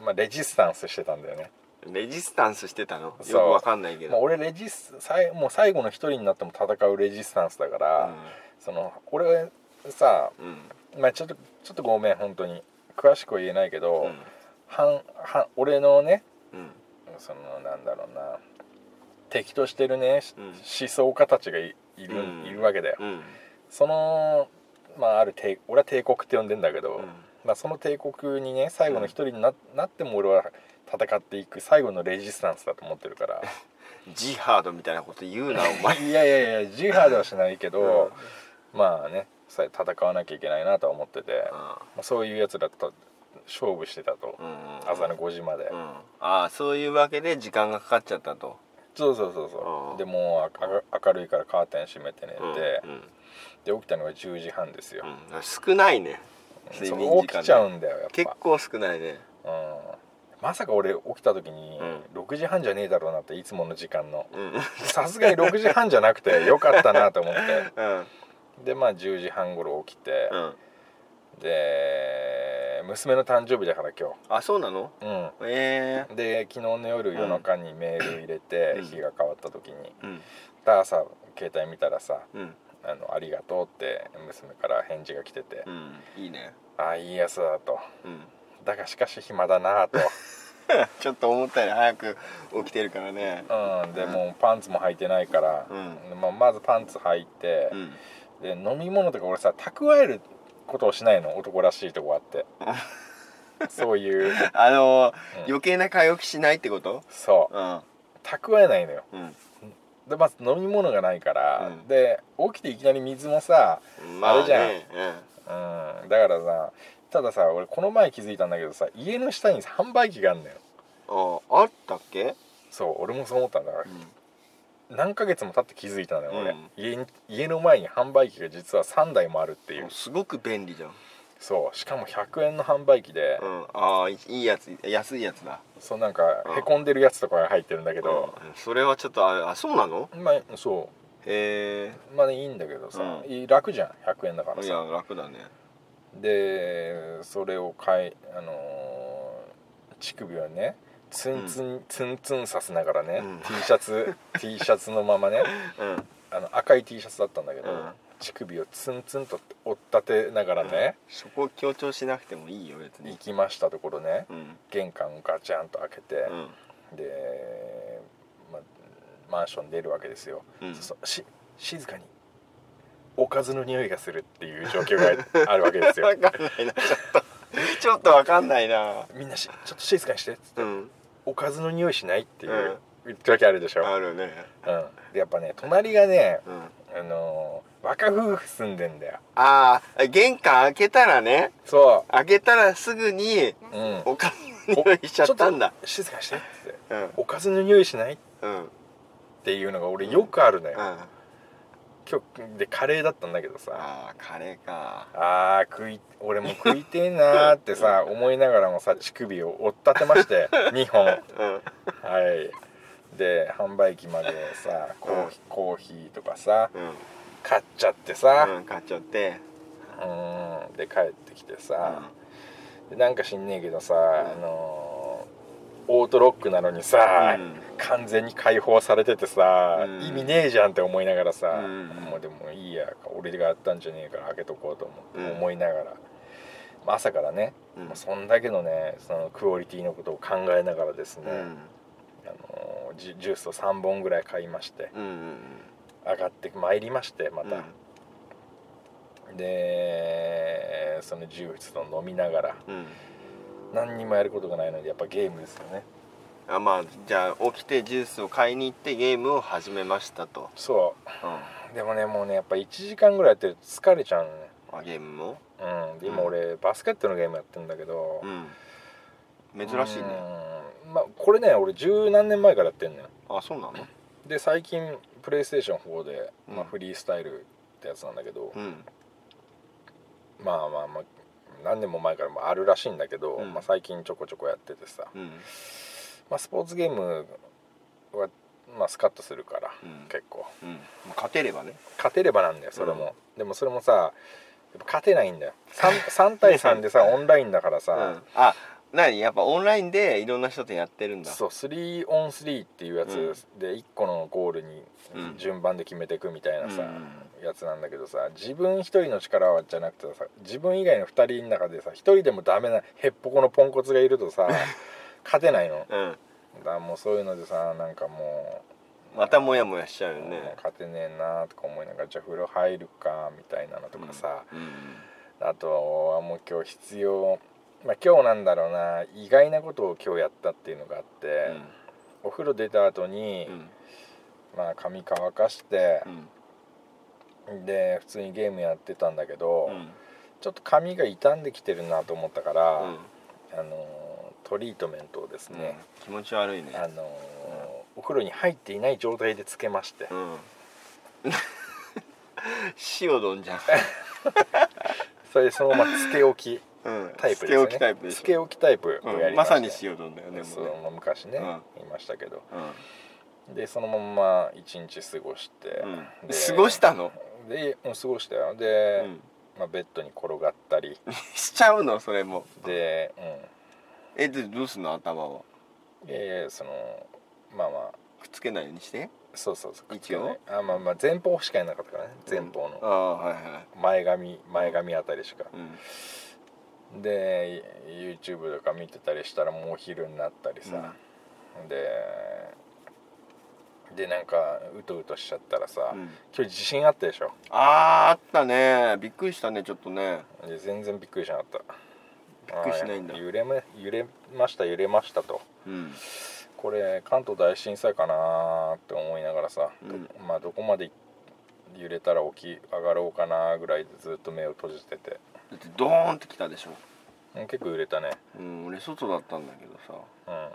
[SPEAKER 4] まあ、レジスタンスしてたんだよね
[SPEAKER 3] レジスタンスしてたのよ
[SPEAKER 4] そう
[SPEAKER 3] くわかんないけ
[SPEAKER 4] もう
[SPEAKER 3] ど、
[SPEAKER 4] 俺レジスさいもう最後の一人になっても戦うレジスタンスだから、その俺さ、
[SPEAKER 3] うんうん
[SPEAKER 4] まあ、ちょっとちょっとごめん本当に詳しくは言えないけど、
[SPEAKER 3] うん
[SPEAKER 4] はんはん俺のね
[SPEAKER 3] うん
[SPEAKER 4] そのなんだろうな敵としてるね、し
[SPEAKER 3] うん
[SPEAKER 4] 思想家たちがいいる,、
[SPEAKER 3] うん
[SPEAKER 4] いるわけだよ、
[SPEAKER 3] うん
[SPEAKER 4] そのまあある帝俺は帝国って呼んでんだけど、
[SPEAKER 3] うん
[SPEAKER 4] まあ、その帝国にね最後の一人にな,、なっても俺は戦っていく最後のレジスタンスだと思って るから
[SPEAKER 3] ジハードみたいなこと言うなお前
[SPEAKER 4] いやいやいやジハードはしないけど、まあねさ戦わなきゃいけないなとは思ってて、まあそういうやつらと勝負してたと、
[SPEAKER 3] うん
[SPEAKER 4] 朝の5時まで、
[SPEAKER 3] うんああそういうわけで時間がかかっちゃったと
[SPEAKER 4] そうそうそう
[SPEAKER 3] う
[SPEAKER 4] そ
[SPEAKER 3] ん
[SPEAKER 4] うでもう明明るいからカーテン閉めて寝て、
[SPEAKER 3] うんうん
[SPEAKER 4] で起きたのが10時半ですよ、
[SPEAKER 3] うん少ないね睡眠
[SPEAKER 4] そう
[SPEAKER 3] 時間ね
[SPEAKER 4] 起きちゃうんだよやっ
[SPEAKER 3] 結
[SPEAKER 4] ぱ、
[SPEAKER 3] 構少ないね
[SPEAKER 4] うん、まさか俺起きた時に
[SPEAKER 3] う
[SPEAKER 4] 6時半じゃねえだろうなっていつもの時間の
[SPEAKER 3] うん
[SPEAKER 4] さすがに6時半じゃなく てよかったなと思っ
[SPEAKER 3] うん
[SPEAKER 4] てでまあ10時半頃起きて、
[SPEAKER 3] うん
[SPEAKER 4] で娘の誕生日だから今
[SPEAKER 3] あそうなの
[SPEAKER 4] 日うん
[SPEAKER 3] ええ
[SPEAKER 4] で昨日の夜夜中にメール入れて、
[SPEAKER 3] うん
[SPEAKER 4] 日が変わった時に
[SPEAKER 3] うん
[SPEAKER 4] で朝携帯見たらさ
[SPEAKER 3] うん
[SPEAKER 4] 「あのありがとう」って娘から返事が来てて
[SPEAKER 3] うんいいね
[SPEAKER 4] 「ああいいやつだ」と
[SPEAKER 3] うん
[SPEAKER 4] 「だがしかし暇だ な」と、
[SPEAKER 3] ちょっと思ったより早く起きてるからね
[SPEAKER 4] うん、でもうパンツも履いてないから、
[SPEAKER 3] う
[SPEAKER 4] まあ、まずパンツ履いて
[SPEAKER 3] う、ん
[SPEAKER 4] で飲み物とか俺さ蓄えることをしないの男らしいとこ あってそういう
[SPEAKER 3] あのー
[SPEAKER 4] うん
[SPEAKER 3] 余計な買い置きしないってこと
[SPEAKER 4] そう
[SPEAKER 3] うん
[SPEAKER 4] 蓄えないのよ
[SPEAKER 3] うん
[SPEAKER 4] でまず飲み物がないから、
[SPEAKER 3] うん
[SPEAKER 4] で起きていきなり水もさ、
[SPEAKER 3] まあ
[SPEAKER 4] あれじゃん
[SPEAKER 3] ね
[SPEAKER 4] うん、だからさたださ俺この前気づいたんだけどさ家の下に販売機があるのよ
[SPEAKER 3] うん、ああったっけ、
[SPEAKER 4] そう俺もそう思ったんだから、何ヶ月も経って気づいたのよ俺、
[SPEAKER 3] うん
[SPEAKER 4] 家に家の前に販売機が実は3台もあるっていう
[SPEAKER 3] すごく便利じゃん、
[SPEAKER 4] そうしかも100円の販売機で、
[SPEAKER 3] うん、ああいいいやつ安いやつだ
[SPEAKER 4] そうなんか
[SPEAKER 3] うん
[SPEAKER 4] へこんでるやつとかが入ってるんだけ
[SPEAKER 3] け
[SPEAKER 4] ど、、
[SPEAKER 3] うんそれはちょっとああそうなの
[SPEAKER 4] まあそ
[SPEAKER 3] へ
[SPEAKER 4] うまあ、ね、いいんだけどさ、
[SPEAKER 3] うん
[SPEAKER 4] いい楽じゃん100円だから
[SPEAKER 3] えい
[SPEAKER 4] さ
[SPEAKER 3] や楽だね
[SPEAKER 4] でそれを買いあのー乳首をねツンツン、ツンツンさせながらね、
[SPEAKER 3] うん
[SPEAKER 4] T シャ ツ T シャツのままね
[SPEAKER 3] うん
[SPEAKER 4] あの赤い T シャツだったんだけど、
[SPEAKER 3] うん
[SPEAKER 4] 乳首をツンツンと折り立てながらね、
[SPEAKER 3] そこ強調しなくてもいいよ別
[SPEAKER 4] 行
[SPEAKER 3] に
[SPEAKER 4] きましたところね
[SPEAKER 3] うん
[SPEAKER 4] 玄関をガチャンと開けて、
[SPEAKER 3] うん
[SPEAKER 4] で、ま、マンション出るわけですよ、
[SPEAKER 3] うん
[SPEAKER 4] そそし静かにおかずの匂いがするっていう状況 があるわけですよ
[SPEAKER 3] 分かんないなちょっとちょっと分かんないな
[SPEAKER 4] みんなしちょっと静かにしてっつって
[SPEAKER 3] うん
[SPEAKER 4] おかずの匂いしないっていう、時あるでしょ、
[SPEAKER 3] あるね
[SPEAKER 4] うん、でやっぱね隣がね、
[SPEAKER 3] うん
[SPEAKER 4] あのー若夫婦住んでんだよ
[SPEAKER 3] ああ玄関開けたらね
[SPEAKER 4] そ
[SPEAKER 3] 開けたらすぐに
[SPEAKER 4] う、うん、
[SPEAKER 3] おかずの匂いしちゃったんだ
[SPEAKER 4] おちょっと静かにしてっつって
[SPEAKER 3] うん
[SPEAKER 4] おかずの匂いしないっ
[SPEAKER 3] うんうん
[SPEAKER 4] ていうのが俺よくあるのよ、
[SPEAKER 3] あ
[SPEAKER 4] 今日でカレーだったんだけどさ
[SPEAKER 3] あカレーか
[SPEAKER 4] あー食い俺も食いてえなーっ てさ思いながらもさ乳首を折ったてまして2本は
[SPEAKER 3] うん
[SPEAKER 4] いで販売機までさコーヒーコーヒーとかさ
[SPEAKER 3] うん
[SPEAKER 4] 買っちゃってさ
[SPEAKER 3] うん買っちゃって
[SPEAKER 4] うんで帰ってきてさでなんか知んねえけどさあのーオートロックなのにさ、
[SPEAKER 3] うん
[SPEAKER 4] 完全に解放されててさ、
[SPEAKER 3] うん
[SPEAKER 4] 意味ねえじゃんって思いながらさ、
[SPEAKER 3] うん
[SPEAKER 4] もうでもいいや俺がやったんじゃねえから開けとこうと思,、
[SPEAKER 3] うん
[SPEAKER 4] 思いながらまあ朝からね、
[SPEAKER 3] うん
[SPEAKER 4] もうそんだけのねそのクオリティのことを考えながらですね、
[SPEAKER 3] うん
[SPEAKER 4] あのジュジュースを3本ぐらい買いまして
[SPEAKER 3] うんうん
[SPEAKER 4] 上がってまいりましてま
[SPEAKER 3] うんう
[SPEAKER 4] た、でそのジュースを飲みながら
[SPEAKER 3] んうん
[SPEAKER 4] 何にもやることがないのでやっぱゲームですよね
[SPEAKER 3] あまあじゃあ起きてジュースを買いに行ってゲームを始めましたと
[SPEAKER 4] そ
[SPEAKER 3] うん
[SPEAKER 4] うでもねもうねやっぱ1時間ぐらいやってると疲れちゃうのね
[SPEAKER 3] あゲームも
[SPEAKER 4] うん、で今
[SPEAKER 3] うん
[SPEAKER 4] 俺バスケットのゲームやってんだけど、
[SPEAKER 3] うん珍しいね
[SPEAKER 4] うんまあこれね俺十何年前からやってんのよ
[SPEAKER 3] あそうなの
[SPEAKER 4] で最近プレイステーション4で、ま
[SPEAKER 3] う
[SPEAKER 4] あ、
[SPEAKER 3] ん
[SPEAKER 4] フリースタイルってやつなんだけど、
[SPEAKER 3] うん
[SPEAKER 4] まあまあまあ何年も前からもあるらしいんだけど、
[SPEAKER 3] うん
[SPEAKER 4] まあ、最近ちょこちょこやっててさ、
[SPEAKER 3] うん
[SPEAKER 4] まあ、スポーツゲームは、まあ、スカッとするから、
[SPEAKER 3] うん
[SPEAKER 4] 結構
[SPEAKER 3] うん勝てればね
[SPEAKER 4] 勝てればなんだよそれも、でもそれもさやっぱ勝てないんだよ 3, 対3でさオンラインだからさ、
[SPEAKER 3] うんあ何やっぱオンラインでいろんな人とやってるんだ
[SPEAKER 4] そう3 on 3っていうやつで1個のゴールに
[SPEAKER 3] うん
[SPEAKER 4] 順番で決めていくみたいなさ、
[SPEAKER 3] う
[SPEAKER 4] やつなんだけどさ自分一人の力はじゃなくてさ自分以外の2人の中でさ1人でもダメなへっぽこのポンコツがいると さ勝てないの
[SPEAKER 3] うん
[SPEAKER 4] だからもうそういうのでさなんかも
[SPEAKER 3] またモヤモヤしちゃうよ
[SPEAKER 4] う、
[SPEAKER 3] ね
[SPEAKER 4] 勝てねえなとか思いながらじゃあ風呂入るかみたいなのとかさ、
[SPEAKER 3] うん
[SPEAKER 4] あとはもう今日必要まあ今日なんだろうな意外なことを今日やったっていうのがあって、お風呂出た後に、
[SPEAKER 3] うん
[SPEAKER 4] まあ髪乾かして
[SPEAKER 3] う、ん
[SPEAKER 4] で普通にゲームやってたんだけど、
[SPEAKER 3] うん
[SPEAKER 4] ちょっと髪が傷んできてるなと思ったから、
[SPEAKER 3] うん
[SPEAKER 4] あのートリートメントをですね、
[SPEAKER 3] 気持ち悪いね
[SPEAKER 4] あのーお風呂に入っていない状態でつけまして、
[SPEAKER 3] うん 塩丼 じゃん
[SPEAKER 4] それでそのままつけ置き
[SPEAKER 3] うん
[SPEAKER 4] タイプ
[SPEAKER 3] つけ
[SPEAKER 4] ですね
[SPEAKER 3] 置きタイプでし
[SPEAKER 4] つ
[SPEAKER 3] ょ
[SPEAKER 4] け置きタイプをや
[SPEAKER 3] うん
[SPEAKER 4] り
[SPEAKER 3] ま
[SPEAKER 4] ました、
[SPEAKER 3] さに塩丼だよね
[SPEAKER 4] そう
[SPEAKER 3] もうね
[SPEAKER 4] まあ昔ね、
[SPEAKER 3] うん
[SPEAKER 4] 言いましたけど
[SPEAKER 3] うん
[SPEAKER 4] でそのまんま一日過ごして、
[SPEAKER 3] うん
[SPEAKER 4] で
[SPEAKER 3] 過ごしたの
[SPEAKER 4] でもう過ごしたよで、
[SPEAKER 3] うん
[SPEAKER 4] まあ、ベッドに転がったり
[SPEAKER 3] しちゃうのそれも
[SPEAKER 4] で、うん、
[SPEAKER 3] えでどうすんの頭は
[SPEAKER 4] えーそのまあまあ
[SPEAKER 3] くっつけないようにして
[SPEAKER 4] そうそうそう
[SPEAKER 3] 一応
[SPEAKER 4] ねあまあまあ前方しかいなかったからね前方
[SPEAKER 3] あ
[SPEAKER 4] の
[SPEAKER 3] あはいは
[SPEAKER 4] 前髪前髪あたりしか
[SPEAKER 3] いうん
[SPEAKER 4] で YouTube とか見てたりしたらもうお昼になったりさ、ででなんかうとうとしちゃったらさ、
[SPEAKER 3] うん
[SPEAKER 4] 今日地震あったでしょ
[SPEAKER 3] あーあったねびっくりしたねちょっとね
[SPEAKER 4] で全然びっくりしなかった
[SPEAKER 3] びっくりしないんだ
[SPEAKER 4] あー揺れめ揺れました揺れましたと
[SPEAKER 3] うん
[SPEAKER 4] これ関東大震災かなーって思いながらさ、
[SPEAKER 3] うん
[SPEAKER 4] まあどこまで揺れたら起き上がろうかなーぐらいでずっと目を閉じてて
[SPEAKER 3] だってドーンってきたでしょ
[SPEAKER 4] うん結構揺れたね
[SPEAKER 3] うん俺外だったんだけどさ
[SPEAKER 4] うん、ま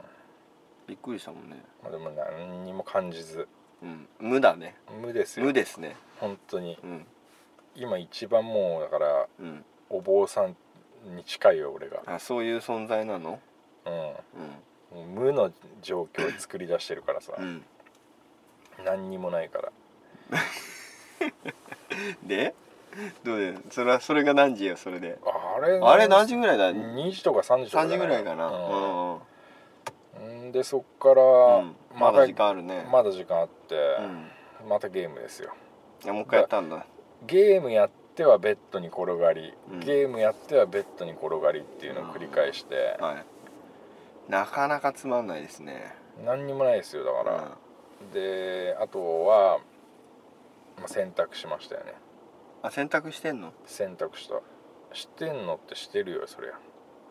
[SPEAKER 3] びっくりしたもんね
[SPEAKER 4] あ、でも何にも感じず
[SPEAKER 3] うん無だね
[SPEAKER 4] 無ですよ
[SPEAKER 3] 無ですね
[SPEAKER 4] 本当に
[SPEAKER 3] うん
[SPEAKER 4] 今一番もうだから
[SPEAKER 3] うん
[SPEAKER 4] お坊さんに近いよ俺が
[SPEAKER 3] あそういう存在なの
[SPEAKER 4] うんもう無の状況を作り出してるからさ、
[SPEAKER 3] うんうん
[SPEAKER 4] 何にもないから
[SPEAKER 3] でどうでそれはそれが何時よそれで
[SPEAKER 4] あれ
[SPEAKER 3] あれ何時ぐらいだ
[SPEAKER 4] 2時とか3時とか
[SPEAKER 3] 3時ぐらいかなう
[SPEAKER 4] うん
[SPEAKER 3] んうん
[SPEAKER 4] んでそっから、
[SPEAKER 3] うんまだ時間あるね
[SPEAKER 4] まだ時間あって、
[SPEAKER 3] うん
[SPEAKER 4] またゲームですよ
[SPEAKER 3] いやもう一回やったんだ
[SPEAKER 4] ゲームやってはベッドに転がり、
[SPEAKER 3] うん
[SPEAKER 4] ゲームやってはベッドに転がりっていうのを繰り返して、
[SPEAKER 3] はいなかなかつまんないですね
[SPEAKER 4] 何にもないですよだ
[SPEAKER 3] あ
[SPEAKER 4] から、であとは、まあ、選択しましたよね
[SPEAKER 3] あ洗濯してんの
[SPEAKER 4] 選択したしてんのってしてるよそりゃ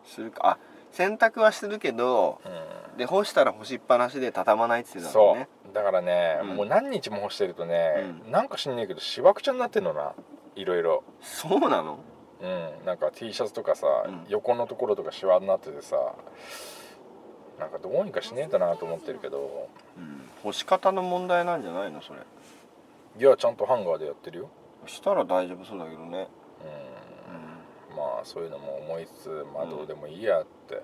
[SPEAKER 3] するかあ洗濯はするけど
[SPEAKER 4] う
[SPEAKER 3] で干したら干しっぱなしで畳まないって言
[SPEAKER 4] ん
[SPEAKER 3] ってたも
[SPEAKER 4] そ
[SPEAKER 3] んね
[SPEAKER 4] うだからね、
[SPEAKER 3] うん
[SPEAKER 4] もう何日も干してるとね、
[SPEAKER 3] う
[SPEAKER 4] なんか知んねえけどしわくちゃになってんのないろいろ
[SPEAKER 3] そうなの
[SPEAKER 4] うんなんか T シャツとかさ、
[SPEAKER 3] うん
[SPEAKER 4] 横のところとかシワになっててさなんかどうにかしねえとなと思ってるけど
[SPEAKER 3] うん干し方の問題なんじゃないのそれ
[SPEAKER 4] いやちゃんとハンガーでやってるよ
[SPEAKER 3] したら大丈夫そうだけどね
[SPEAKER 4] うんまあそういうのも思いつつまあどうでもいいやって、
[SPEAKER 3] うん、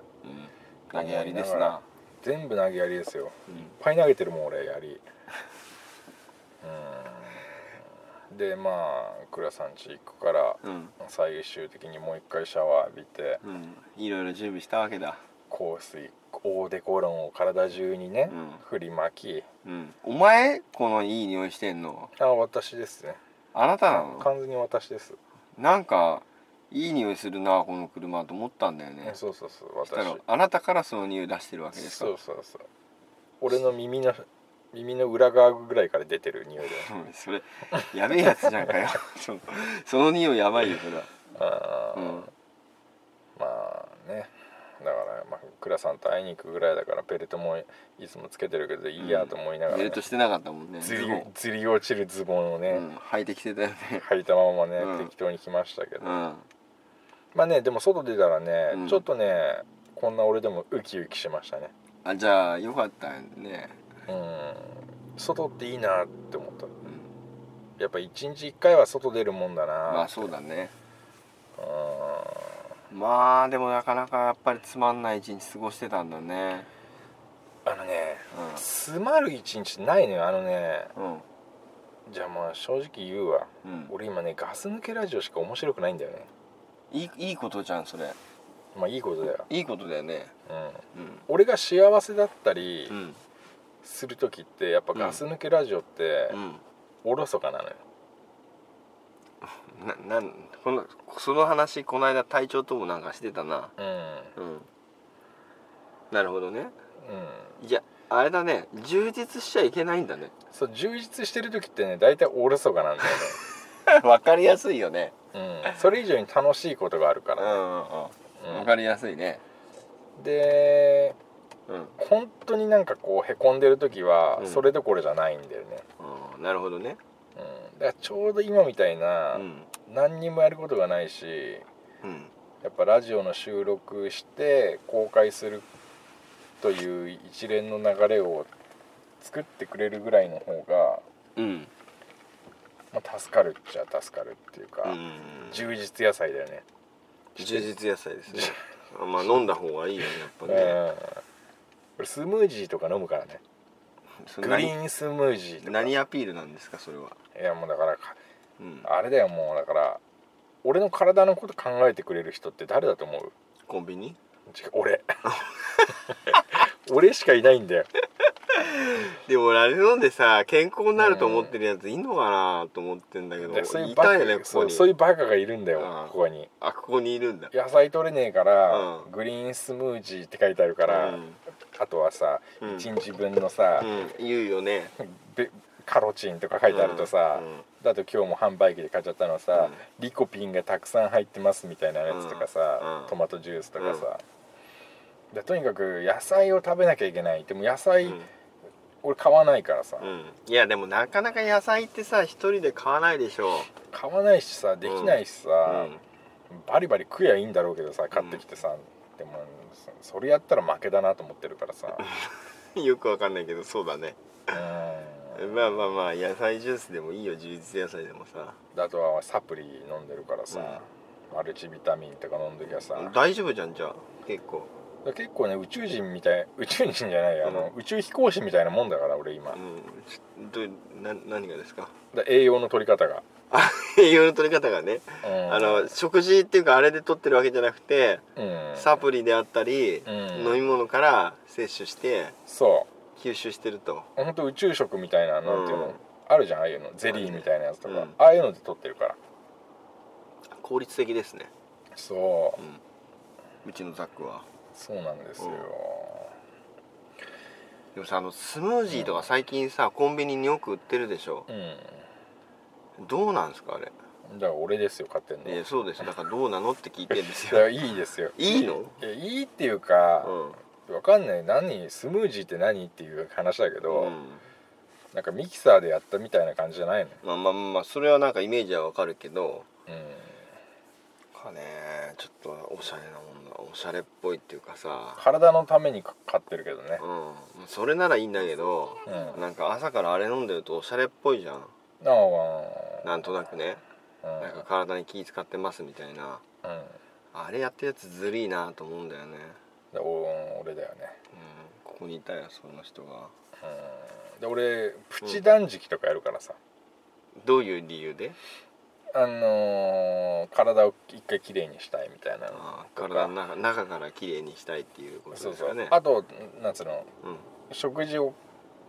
[SPEAKER 3] 投げやりです
[SPEAKER 4] 思いなが
[SPEAKER 3] な
[SPEAKER 4] ら全部投げやりですよ
[SPEAKER 3] うん
[SPEAKER 4] いっぱい投げてるもん俺やりうんでまあ倉さん家行くから
[SPEAKER 3] うん、
[SPEAKER 4] 最終的にもう一回シャワー浴びて
[SPEAKER 3] うん、いろいろ準備したわけだ
[SPEAKER 4] 香水オーデコロンを体中にね、
[SPEAKER 3] うん
[SPEAKER 4] 振りまき
[SPEAKER 3] うんお前このいい匂いしてんの
[SPEAKER 4] あ私ですね
[SPEAKER 3] あなたなの
[SPEAKER 4] 完全に私です、
[SPEAKER 3] なんかいい匂いするなこの車と思ったんだよね
[SPEAKER 4] そうそうそう
[SPEAKER 3] し
[SPEAKER 4] 私
[SPEAKER 3] たらあなたからその匂い出してるわけですか
[SPEAKER 4] そうそうそう俺の耳の耳の裏側ぐらいから出てる匂いだよ
[SPEAKER 3] うんそれやべえやつじゃんかよ そのその匂いやばいよそれは
[SPEAKER 4] あー
[SPEAKER 3] うん
[SPEAKER 4] まあねだから、まあ、倉さんと会いに行くぐらいだからベルトもいつもつけてるけどいいやと思いながら、
[SPEAKER 3] ベ
[SPEAKER 4] ね
[SPEAKER 3] ルトしてなかったもんね
[SPEAKER 4] ずり
[SPEAKER 3] ズボン
[SPEAKER 4] ずり落ちるズボンをね、
[SPEAKER 3] うん、履いてきてたよね
[SPEAKER 4] 履いたままね、
[SPEAKER 3] うん
[SPEAKER 4] 適当に来ましたけど、
[SPEAKER 3] うん
[SPEAKER 4] まあねでも外出たらね、
[SPEAKER 3] うん
[SPEAKER 4] ちょっとねこんな俺でもウキウキしましたね
[SPEAKER 3] あじゃあよかったよね
[SPEAKER 4] うん外っていいなって思った
[SPEAKER 3] うん
[SPEAKER 4] やっぱ一日一回は外出るもんだな、
[SPEAKER 3] まあそうだね
[SPEAKER 4] うん
[SPEAKER 3] まあでもなかなかやっぱりつまんない一日過ごしてたんだね
[SPEAKER 4] あのね
[SPEAKER 3] うん
[SPEAKER 4] つまる一日ないのよあのね
[SPEAKER 3] うん
[SPEAKER 4] じゃあまあ正直言うわ、
[SPEAKER 3] うん
[SPEAKER 4] 俺今ねガス抜けラジオしか面白くないんだよね
[SPEAKER 3] いいいいことじゃんそれ
[SPEAKER 4] まあいいことだよ、
[SPEAKER 3] いいことだよね
[SPEAKER 4] うん、
[SPEAKER 3] うん
[SPEAKER 4] 俺が幸せだったり
[SPEAKER 3] うん
[SPEAKER 4] する時ってやっぱガス抜けラジオっておろそかなのよ、
[SPEAKER 3] うんななんこのその話この間隊長ともなんかしてたな
[SPEAKER 4] う
[SPEAKER 3] うんなるほどね
[SPEAKER 4] んうん
[SPEAKER 3] いやあれだね充実しちゃいけないんだ ね
[SPEAKER 4] そう充実してる時ってね大体おろそかなんだ
[SPEAKER 3] わかりやすいよね
[SPEAKER 4] よね、 うん、それ以上に楽しいことがあるか
[SPEAKER 3] うん
[SPEAKER 4] ら、
[SPEAKER 3] うん
[SPEAKER 4] う
[SPEAKER 3] わ
[SPEAKER 4] ん
[SPEAKER 3] かりやすいね
[SPEAKER 4] で
[SPEAKER 3] うん、
[SPEAKER 4] 本当になんかこうへこんでる時は
[SPEAKER 3] うん
[SPEAKER 4] それどころじゃないんだよね、
[SPEAKER 3] うん、なるほどね
[SPEAKER 4] うん、だからちょうど今みたいうな、
[SPEAKER 3] ん
[SPEAKER 4] 何にもやることがないし
[SPEAKER 3] うん
[SPEAKER 4] やっぱラジオの収録して公開するという一連の流れを作ってくれるぐらいの方が、
[SPEAKER 3] うん
[SPEAKER 4] まあ、助かるっちゃ助かるっていうか、
[SPEAKER 3] うん
[SPEAKER 4] 充実野菜だよね
[SPEAKER 3] 充実野菜ですねあまあ飲んだ方がいいよねやっぱ
[SPEAKER 4] うん
[SPEAKER 3] ね
[SPEAKER 4] 俺スムージーとか飲むからね
[SPEAKER 3] それ
[SPEAKER 4] グリ
[SPEAKER 3] 何
[SPEAKER 4] ーンスムージーとか
[SPEAKER 3] 何アピールなんですかそれは、
[SPEAKER 4] いやもうだからか
[SPEAKER 3] うん、
[SPEAKER 4] あれだよもうだから俺の体のこと考えてくれる人って誰だと思う
[SPEAKER 3] コンビニ
[SPEAKER 4] 違う 俺俺しかいないんだよ
[SPEAKER 3] でも俺あれ飲んでさ健康になると思ってるやついんのかなと思ってんだけど、
[SPEAKER 4] でそういう
[SPEAKER 3] い
[SPEAKER 4] バ
[SPEAKER 3] た
[SPEAKER 4] カ
[SPEAKER 3] よねこ
[SPEAKER 4] そ
[SPEAKER 3] こ
[SPEAKER 4] う
[SPEAKER 3] に
[SPEAKER 4] そういうバカがいるんだよ、
[SPEAKER 3] うん
[SPEAKER 4] ここに
[SPEAKER 3] あここにいるんだ
[SPEAKER 4] 野菜取れねえから、
[SPEAKER 3] うん
[SPEAKER 4] グリーンスムージーって書いてあるから、
[SPEAKER 3] うん
[SPEAKER 4] あとはさ、
[SPEAKER 3] うん
[SPEAKER 4] 一1日分のさ、
[SPEAKER 3] うん言うよね
[SPEAKER 4] べカロチンとか書いてあるとさ、
[SPEAKER 3] うんうん
[SPEAKER 4] だと今日も販売機で買っちゃったの
[SPEAKER 3] う
[SPEAKER 4] さ、
[SPEAKER 3] ん
[SPEAKER 4] リコピンがたくさん入ってますみたいなやつとかさ、
[SPEAKER 3] うん
[SPEAKER 4] トマトジュースとかさ、でとにかく野菜を食べなきゃいけないでも野菜、
[SPEAKER 3] うん
[SPEAKER 4] 俺買わないからさ、
[SPEAKER 3] うんいやでもなかなか野菜ってさ一人で買わないでしょ
[SPEAKER 4] 買わないしさできないしさ、
[SPEAKER 3] うん
[SPEAKER 4] バリバリ食えばいいんだろうけどさ買ってきてさ、でもそそれやったら負けだなと思ってるか らさ
[SPEAKER 3] よくわかんないけどそうだね
[SPEAKER 4] う
[SPEAKER 3] まあまあまあ野菜ジュースでもいいよ充実野菜でもさ
[SPEAKER 4] んあとはサプリ飲んでるからさ、マルチビタミンとか飲んできゃさ
[SPEAKER 3] 大丈夫じゃんじゃあ結構
[SPEAKER 4] 結構ね宇宙人みたい 宇宙人じゃないよ、あの
[SPEAKER 3] う
[SPEAKER 4] 宇宙飛行士みたいなもんだから俺今、
[SPEAKER 3] うんどな何がですか
[SPEAKER 4] だ栄養の取り方が、
[SPEAKER 3] あ栄養の取り方がね、
[SPEAKER 4] うん
[SPEAKER 3] あの食事っていうかあれで取ってるわけじゃなくて、
[SPEAKER 4] うん
[SPEAKER 3] サプリであったり、
[SPEAKER 4] うん
[SPEAKER 3] 飲み物から摂取して
[SPEAKER 4] そ
[SPEAKER 3] 吸収してると
[SPEAKER 4] う本当宇宙食みたいなのっていうの、
[SPEAKER 3] うん
[SPEAKER 4] あるじゃんああいうのゼリーみたいなやつとか、
[SPEAKER 3] うん
[SPEAKER 4] ああいうので取ってるから
[SPEAKER 3] 効率的ですね
[SPEAKER 4] そう
[SPEAKER 3] うちのザックは
[SPEAKER 4] そうなんですよ、
[SPEAKER 3] でもさあのスムージーとか最近さコンビニによく売ってるでしょ
[SPEAKER 4] うん
[SPEAKER 3] どうなんですかあれ
[SPEAKER 4] だから俺ですよ勝手に
[SPEAKER 3] えそうですだからどうなのって聞いてんです
[SPEAKER 4] だか
[SPEAKER 3] よ
[SPEAKER 4] ら いいですよ
[SPEAKER 3] いいの
[SPEAKER 4] いやいいっていうか
[SPEAKER 3] う、ん
[SPEAKER 4] わかんない何スムージーって何っていう話だけど、
[SPEAKER 3] うん
[SPEAKER 4] なんかミキサーでやったみたいな感じじゃないの
[SPEAKER 3] まあまあまあまあそれはなんかイメージはわかるけど
[SPEAKER 4] うん
[SPEAKER 3] かねちょっとおしゃれなもんだおしゃれっぽいっていうかさ
[SPEAKER 4] 体のために買ってるけどね
[SPEAKER 3] うんそれならいいんだけど、
[SPEAKER 4] うん
[SPEAKER 3] なんか朝からあれ飲んでるとおしゃれっぽいじゃん
[SPEAKER 4] なあ
[SPEAKER 3] なんとなくね
[SPEAKER 4] うん
[SPEAKER 3] なんか体に気使ってますみたいな
[SPEAKER 4] うん
[SPEAKER 3] あれやってるやつずるいなと思うんだよね、
[SPEAKER 4] でお俺だよね
[SPEAKER 3] うん、ここにいたよそんな人が
[SPEAKER 4] で俺プチ断食とかやるからさ、
[SPEAKER 3] どういう理由で
[SPEAKER 4] あのー体を一回きれいにしたいみたいなの
[SPEAKER 3] あー
[SPEAKER 4] とか
[SPEAKER 3] 体の中中から綺麗にしたいっていうこと
[SPEAKER 4] そう
[SPEAKER 3] です
[SPEAKER 4] そ
[SPEAKER 3] よ
[SPEAKER 4] う、
[SPEAKER 3] ね
[SPEAKER 4] あとなんつうの
[SPEAKER 3] うん
[SPEAKER 4] 食事を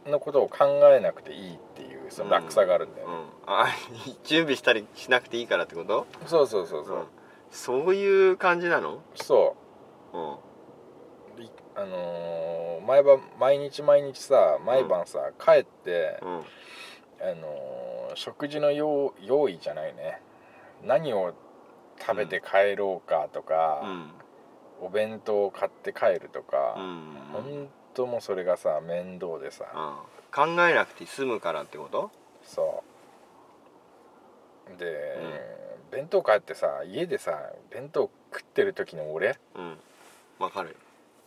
[SPEAKER 4] のことを考えなくていいっていうその落差があるんだよ、
[SPEAKER 3] う
[SPEAKER 4] ね
[SPEAKER 3] ん、あ準備したりしなくていいからってこと
[SPEAKER 4] そうそうそうそう、
[SPEAKER 3] うんそういう感じなの
[SPEAKER 4] そ
[SPEAKER 3] うん
[SPEAKER 4] ういあのー毎晩毎日毎日さ毎晩さ、帰って、
[SPEAKER 3] うん
[SPEAKER 4] あのー食事の用用意じゃないね何を食べて帰ろうかとか、
[SPEAKER 3] うん
[SPEAKER 4] お弁当を買って帰るとか、
[SPEAKER 3] うん
[SPEAKER 4] 本当もうそれがさ面倒でさ
[SPEAKER 3] ああ考えなくて済むからってこと
[SPEAKER 4] そうで、弁当買ってさ家でさ弁当食ってる時の俺
[SPEAKER 3] うんわかる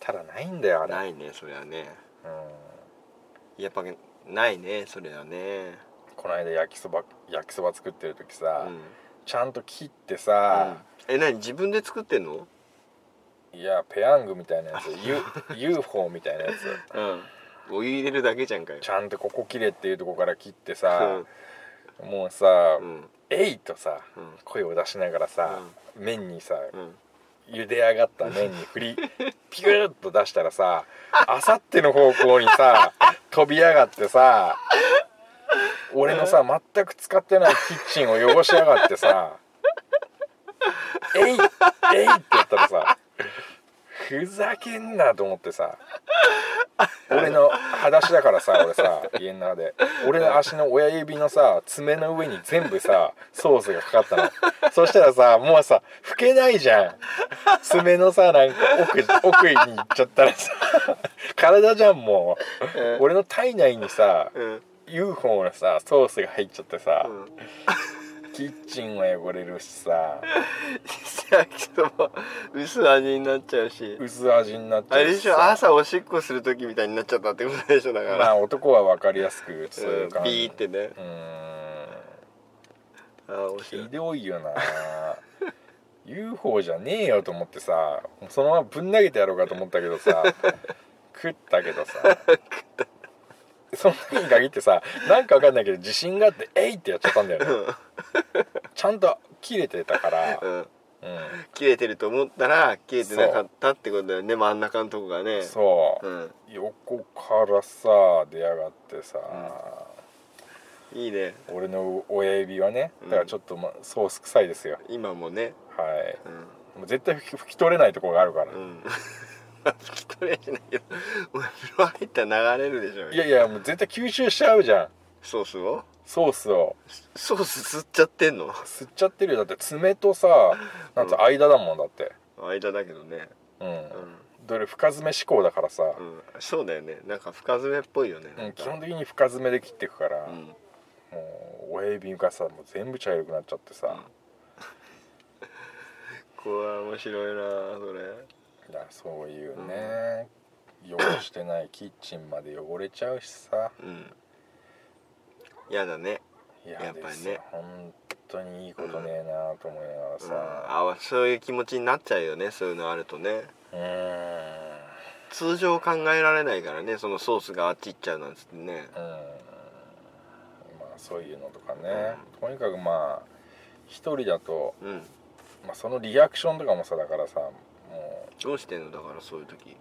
[SPEAKER 4] ただないんだよあれ
[SPEAKER 3] ないねそりゃね
[SPEAKER 4] うん、
[SPEAKER 3] やっぱないねそりゃね
[SPEAKER 4] この間焼きそば焼きそば作ってる時さ、
[SPEAKER 3] うん
[SPEAKER 4] ちゃんと切ってさ、
[SPEAKER 3] え何自分で作ってんの
[SPEAKER 4] いやペヤングみたいなや つ U UFO みたいなやつ
[SPEAKER 3] うんお湯入れるだけじゃんかよ
[SPEAKER 4] ちゃんとここ切れっていうとこから切ってさ
[SPEAKER 3] う、
[SPEAKER 4] もうさ「
[SPEAKER 3] んうん
[SPEAKER 4] えい!」とさ、
[SPEAKER 3] うん
[SPEAKER 4] 声を出しながらさ、麺にさ、
[SPEAKER 3] うん
[SPEAKER 4] 茹で上がった麺に振りピューッと出したらさあさっての方向に さ飛び上がってさ俺のさ全く使ってないキッチンを汚しやがってさ「えいえい!」って言ったらさふざけんなと思ってさ俺の裸足だからさ俺さ家の中で俺の足の親指のさ爪の上に全部さソースがかかったのそしたらさもうさ拭けないじゃん爪のさなんか奥奥に行っちゃったらさ体じゃんもう俺の体内にさ
[SPEAKER 3] うん
[SPEAKER 4] UFO のさソースが入っちゃってさ
[SPEAKER 3] うん
[SPEAKER 4] キッチンは汚れるしさ
[SPEAKER 3] 焼きそば薄味になっちゃうし
[SPEAKER 4] 薄味になっち
[SPEAKER 3] あ
[SPEAKER 4] ゃ
[SPEAKER 3] れ
[SPEAKER 4] う
[SPEAKER 3] でしょ朝おしっこする時みたいになっちゃったってことでしょだか
[SPEAKER 4] まあ
[SPEAKER 3] ら、
[SPEAKER 4] 男は分かりやすくそう
[SPEAKER 3] う
[SPEAKER 4] い
[SPEAKER 3] ん
[SPEAKER 4] う感じ
[SPEAKER 3] ビーってね
[SPEAKER 4] うーん
[SPEAKER 3] ああ面白
[SPEAKER 4] ひ
[SPEAKER 3] い
[SPEAKER 4] どいよな UFO じゃねえよと思ってさそのままぶん投げてやろうかと思ったけどさ食ったけどさその時に限ってさなんかわかんないけど自信があって「えい!」ってやっちゃったんだよねちゃんと切れてたから、
[SPEAKER 3] うん
[SPEAKER 4] う
[SPEAKER 3] 切れてると思ったら切れてなかったってことだよね真ん中のとこがね
[SPEAKER 4] ん、そう、
[SPEAKER 3] うん
[SPEAKER 4] 横からさ出やがってさ、
[SPEAKER 3] いいね
[SPEAKER 4] 俺の親指はね
[SPEAKER 3] うん
[SPEAKER 4] だからちょっと、ま、ソース臭いですよ
[SPEAKER 3] 今もね
[SPEAKER 4] はい
[SPEAKER 3] うん
[SPEAKER 4] もう絶対拭き拭き取れないところがあるから、
[SPEAKER 3] うん 拭き取れしないけどお前風呂入ったら流れるでしょ
[SPEAKER 4] いやいやもう絶対吸収しちゃうじゃん
[SPEAKER 3] ソースを
[SPEAKER 4] ソースを
[SPEAKER 3] ソース吸っちゃってんの
[SPEAKER 4] 吸っちゃってるよだって爪とさなんつう間だもんだって
[SPEAKER 3] 間だけどね
[SPEAKER 4] うん、
[SPEAKER 3] うん、
[SPEAKER 4] どれ深爪思考だからさ、
[SPEAKER 3] うん、そうだよねなんか深爪っぽいよね
[SPEAKER 4] うん
[SPEAKER 3] なん
[SPEAKER 4] 基
[SPEAKER 3] か
[SPEAKER 4] 本的に深爪で切ってくから、
[SPEAKER 3] うん
[SPEAKER 4] もう親指がさもう全部茶色くなっちゃってさ、
[SPEAKER 3] これは面白いなそれ
[SPEAKER 4] だからそういうね、汚してないキッチンまで汚れちゃうしさ
[SPEAKER 3] うんやだねや
[SPEAKER 4] 嫌
[SPEAKER 3] っぱりね
[SPEAKER 4] ですよ本当にいいことねえなと思いながら
[SPEAKER 3] う
[SPEAKER 4] さ
[SPEAKER 3] んあそういう気持ちになっちゃうよねそういうのあるとね
[SPEAKER 4] うん
[SPEAKER 3] 通常考えられないからねそのソースがあっち行っちゃうなんつってね
[SPEAKER 4] うんまあそういうのとかね、とにかくまあ一人だと、
[SPEAKER 3] うん
[SPEAKER 4] まあ、そのリアクションとかもさだからさも
[SPEAKER 3] どうしてんのだからそういう時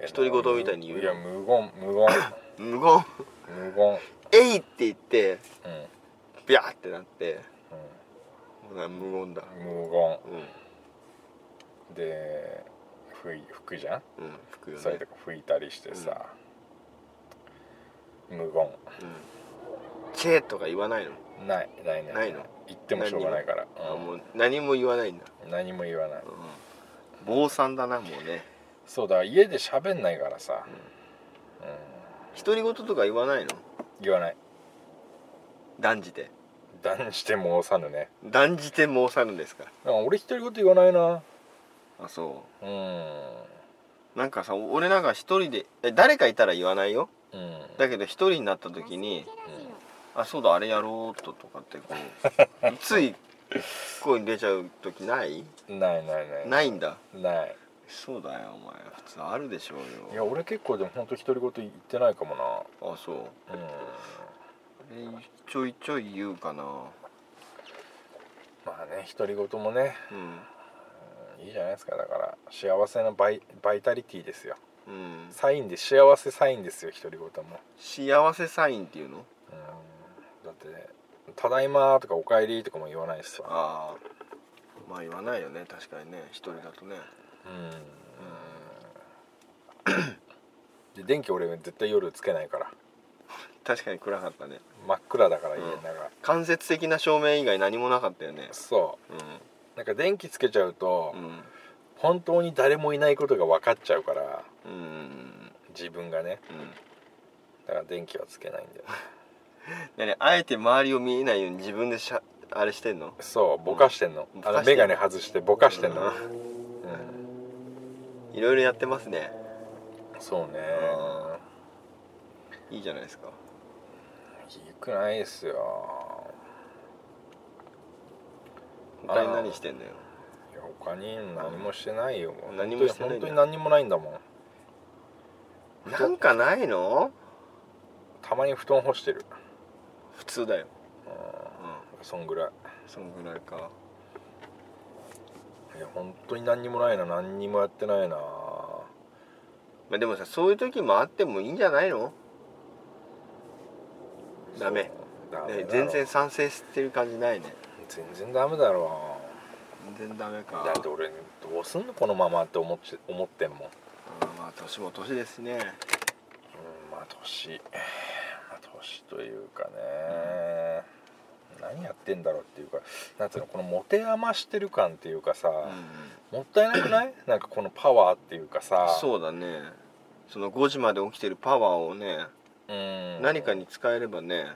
[SPEAKER 4] う
[SPEAKER 3] 独り言みたいに言う
[SPEAKER 4] いや無言無 言
[SPEAKER 3] 無言
[SPEAKER 4] 無言
[SPEAKER 3] 「えい!」って言って
[SPEAKER 4] うん
[SPEAKER 3] ビャーってなって、ほら無言だ
[SPEAKER 4] 無言
[SPEAKER 3] うん
[SPEAKER 4] で拭い拭くじゃん、
[SPEAKER 3] うん吹くよ
[SPEAKER 4] それ
[SPEAKER 3] ね
[SPEAKER 4] とか拭いたりしてさ、無
[SPEAKER 3] う
[SPEAKER 4] 言
[SPEAKER 3] んチェーとか言わないの
[SPEAKER 4] ないないね
[SPEAKER 3] ないの
[SPEAKER 4] 言ってもしょうがないから
[SPEAKER 3] あ
[SPEAKER 4] うん
[SPEAKER 3] もう何も言わないんだ、
[SPEAKER 4] 何も言わない
[SPEAKER 3] うん、坊さんだなもうね
[SPEAKER 4] そうだ家で喋んないからさ、
[SPEAKER 3] 独り言とか言わないの
[SPEAKER 4] 言わない
[SPEAKER 3] 断じて
[SPEAKER 4] 断じて申さぬね
[SPEAKER 3] 断じて申さぬんですか
[SPEAKER 4] なんか俺独り言言わないな
[SPEAKER 3] あそ
[SPEAKER 4] うん
[SPEAKER 3] うなんかさ俺なんか一人でえ誰かいたら言わないよ
[SPEAKER 4] うん
[SPEAKER 3] だけど一人になった時に「あそうだあれやろうっと」とかってこ うつい声に出ちゃう時ない
[SPEAKER 4] ないないない
[SPEAKER 3] ないんだ
[SPEAKER 4] ない
[SPEAKER 3] そうだよお前普通あるでしょう
[SPEAKER 4] い
[SPEAKER 3] よ
[SPEAKER 4] や俺結構でも本当独り言言ってないかも
[SPEAKER 3] あそう
[SPEAKER 4] なうん
[SPEAKER 3] えちょいちょい言うかな
[SPEAKER 4] まあね独り言もね
[SPEAKER 3] うん
[SPEAKER 4] いいじゃないですかだから幸せなバイバイタリティですよ
[SPEAKER 3] うん
[SPEAKER 4] サインで幸せサインですよ独り言も、
[SPEAKER 3] 幸せサインっていうの
[SPEAKER 4] うん、だって、ね「ただいま」とか「おかえり」とかも言わないしさ
[SPEAKER 3] ああまあ言わないよね確かにね一人だとね
[SPEAKER 4] うんで電気俺絶対夜つけないから
[SPEAKER 3] 確かに暗かったね
[SPEAKER 4] 真っ暗だから家の中、
[SPEAKER 3] 間接的な照明以外何もなかったよね
[SPEAKER 4] そ
[SPEAKER 3] うん
[SPEAKER 4] うなんか電気つけちゃうと、
[SPEAKER 3] うん
[SPEAKER 4] 本当に誰もいないことが分かっちゃうから
[SPEAKER 3] うんうん
[SPEAKER 4] 自分がね
[SPEAKER 3] うん
[SPEAKER 4] だから電気はつけないんだよ
[SPEAKER 3] 何あえて周りを見えないように自分でしゃあれしてんの
[SPEAKER 4] そうぼかしてんの、
[SPEAKER 3] ぼ
[SPEAKER 4] あ
[SPEAKER 3] か
[SPEAKER 4] の
[SPEAKER 3] して
[SPEAKER 4] 眼
[SPEAKER 3] んの
[SPEAKER 4] 鏡外してぼかしてんの、
[SPEAKER 3] いろいろやってますね
[SPEAKER 4] そうね
[SPEAKER 3] あいいじゃないですか
[SPEAKER 4] よくないですよ
[SPEAKER 3] 他に何してんのよ
[SPEAKER 4] いや他に何もしてないよ
[SPEAKER 3] 何もしてないん
[SPEAKER 4] 本当
[SPEAKER 3] だ
[SPEAKER 4] に何にもないんだもん
[SPEAKER 3] なんかないの
[SPEAKER 4] たまに布団干してる
[SPEAKER 3] 普通だよ
[SPEAKER 4] そんぐらい
[SPEAKER 3] そんぐらいか
[SPEAKER 4] いや本当に何にもないな何にもやってないな
[SPEAKER 3] まあでもさそういう時もあってもいいんじゃないのダメ
[SPEAKER 4] ダメだ
[SPEAKER 3] ね
[SPEAKER 4] ろ
[SPEAKER 3] 全然賛成してる感じないね
[SPEAKER 4] 全然ダメだろ
[SPEAKER 3] 全然ダメか
[SPEAKER 4] だって俺どうすんのこのままって思って思ってんもん、うん、
[SPEAKER 3] うんまあ年も年ですね
[SPEAKER 4] まあ年まあ年というかね、何やってんだろうっていうかなんていうのこの持て余してる感っていうかさ、もったいなくない なんかこのパワーっていうかさ
[SPEAKER 3] そうだねその5時まで起きてるパワーをね、
[SPEAKER 4] うん
[SPEAKER 3] 何かに使えればね、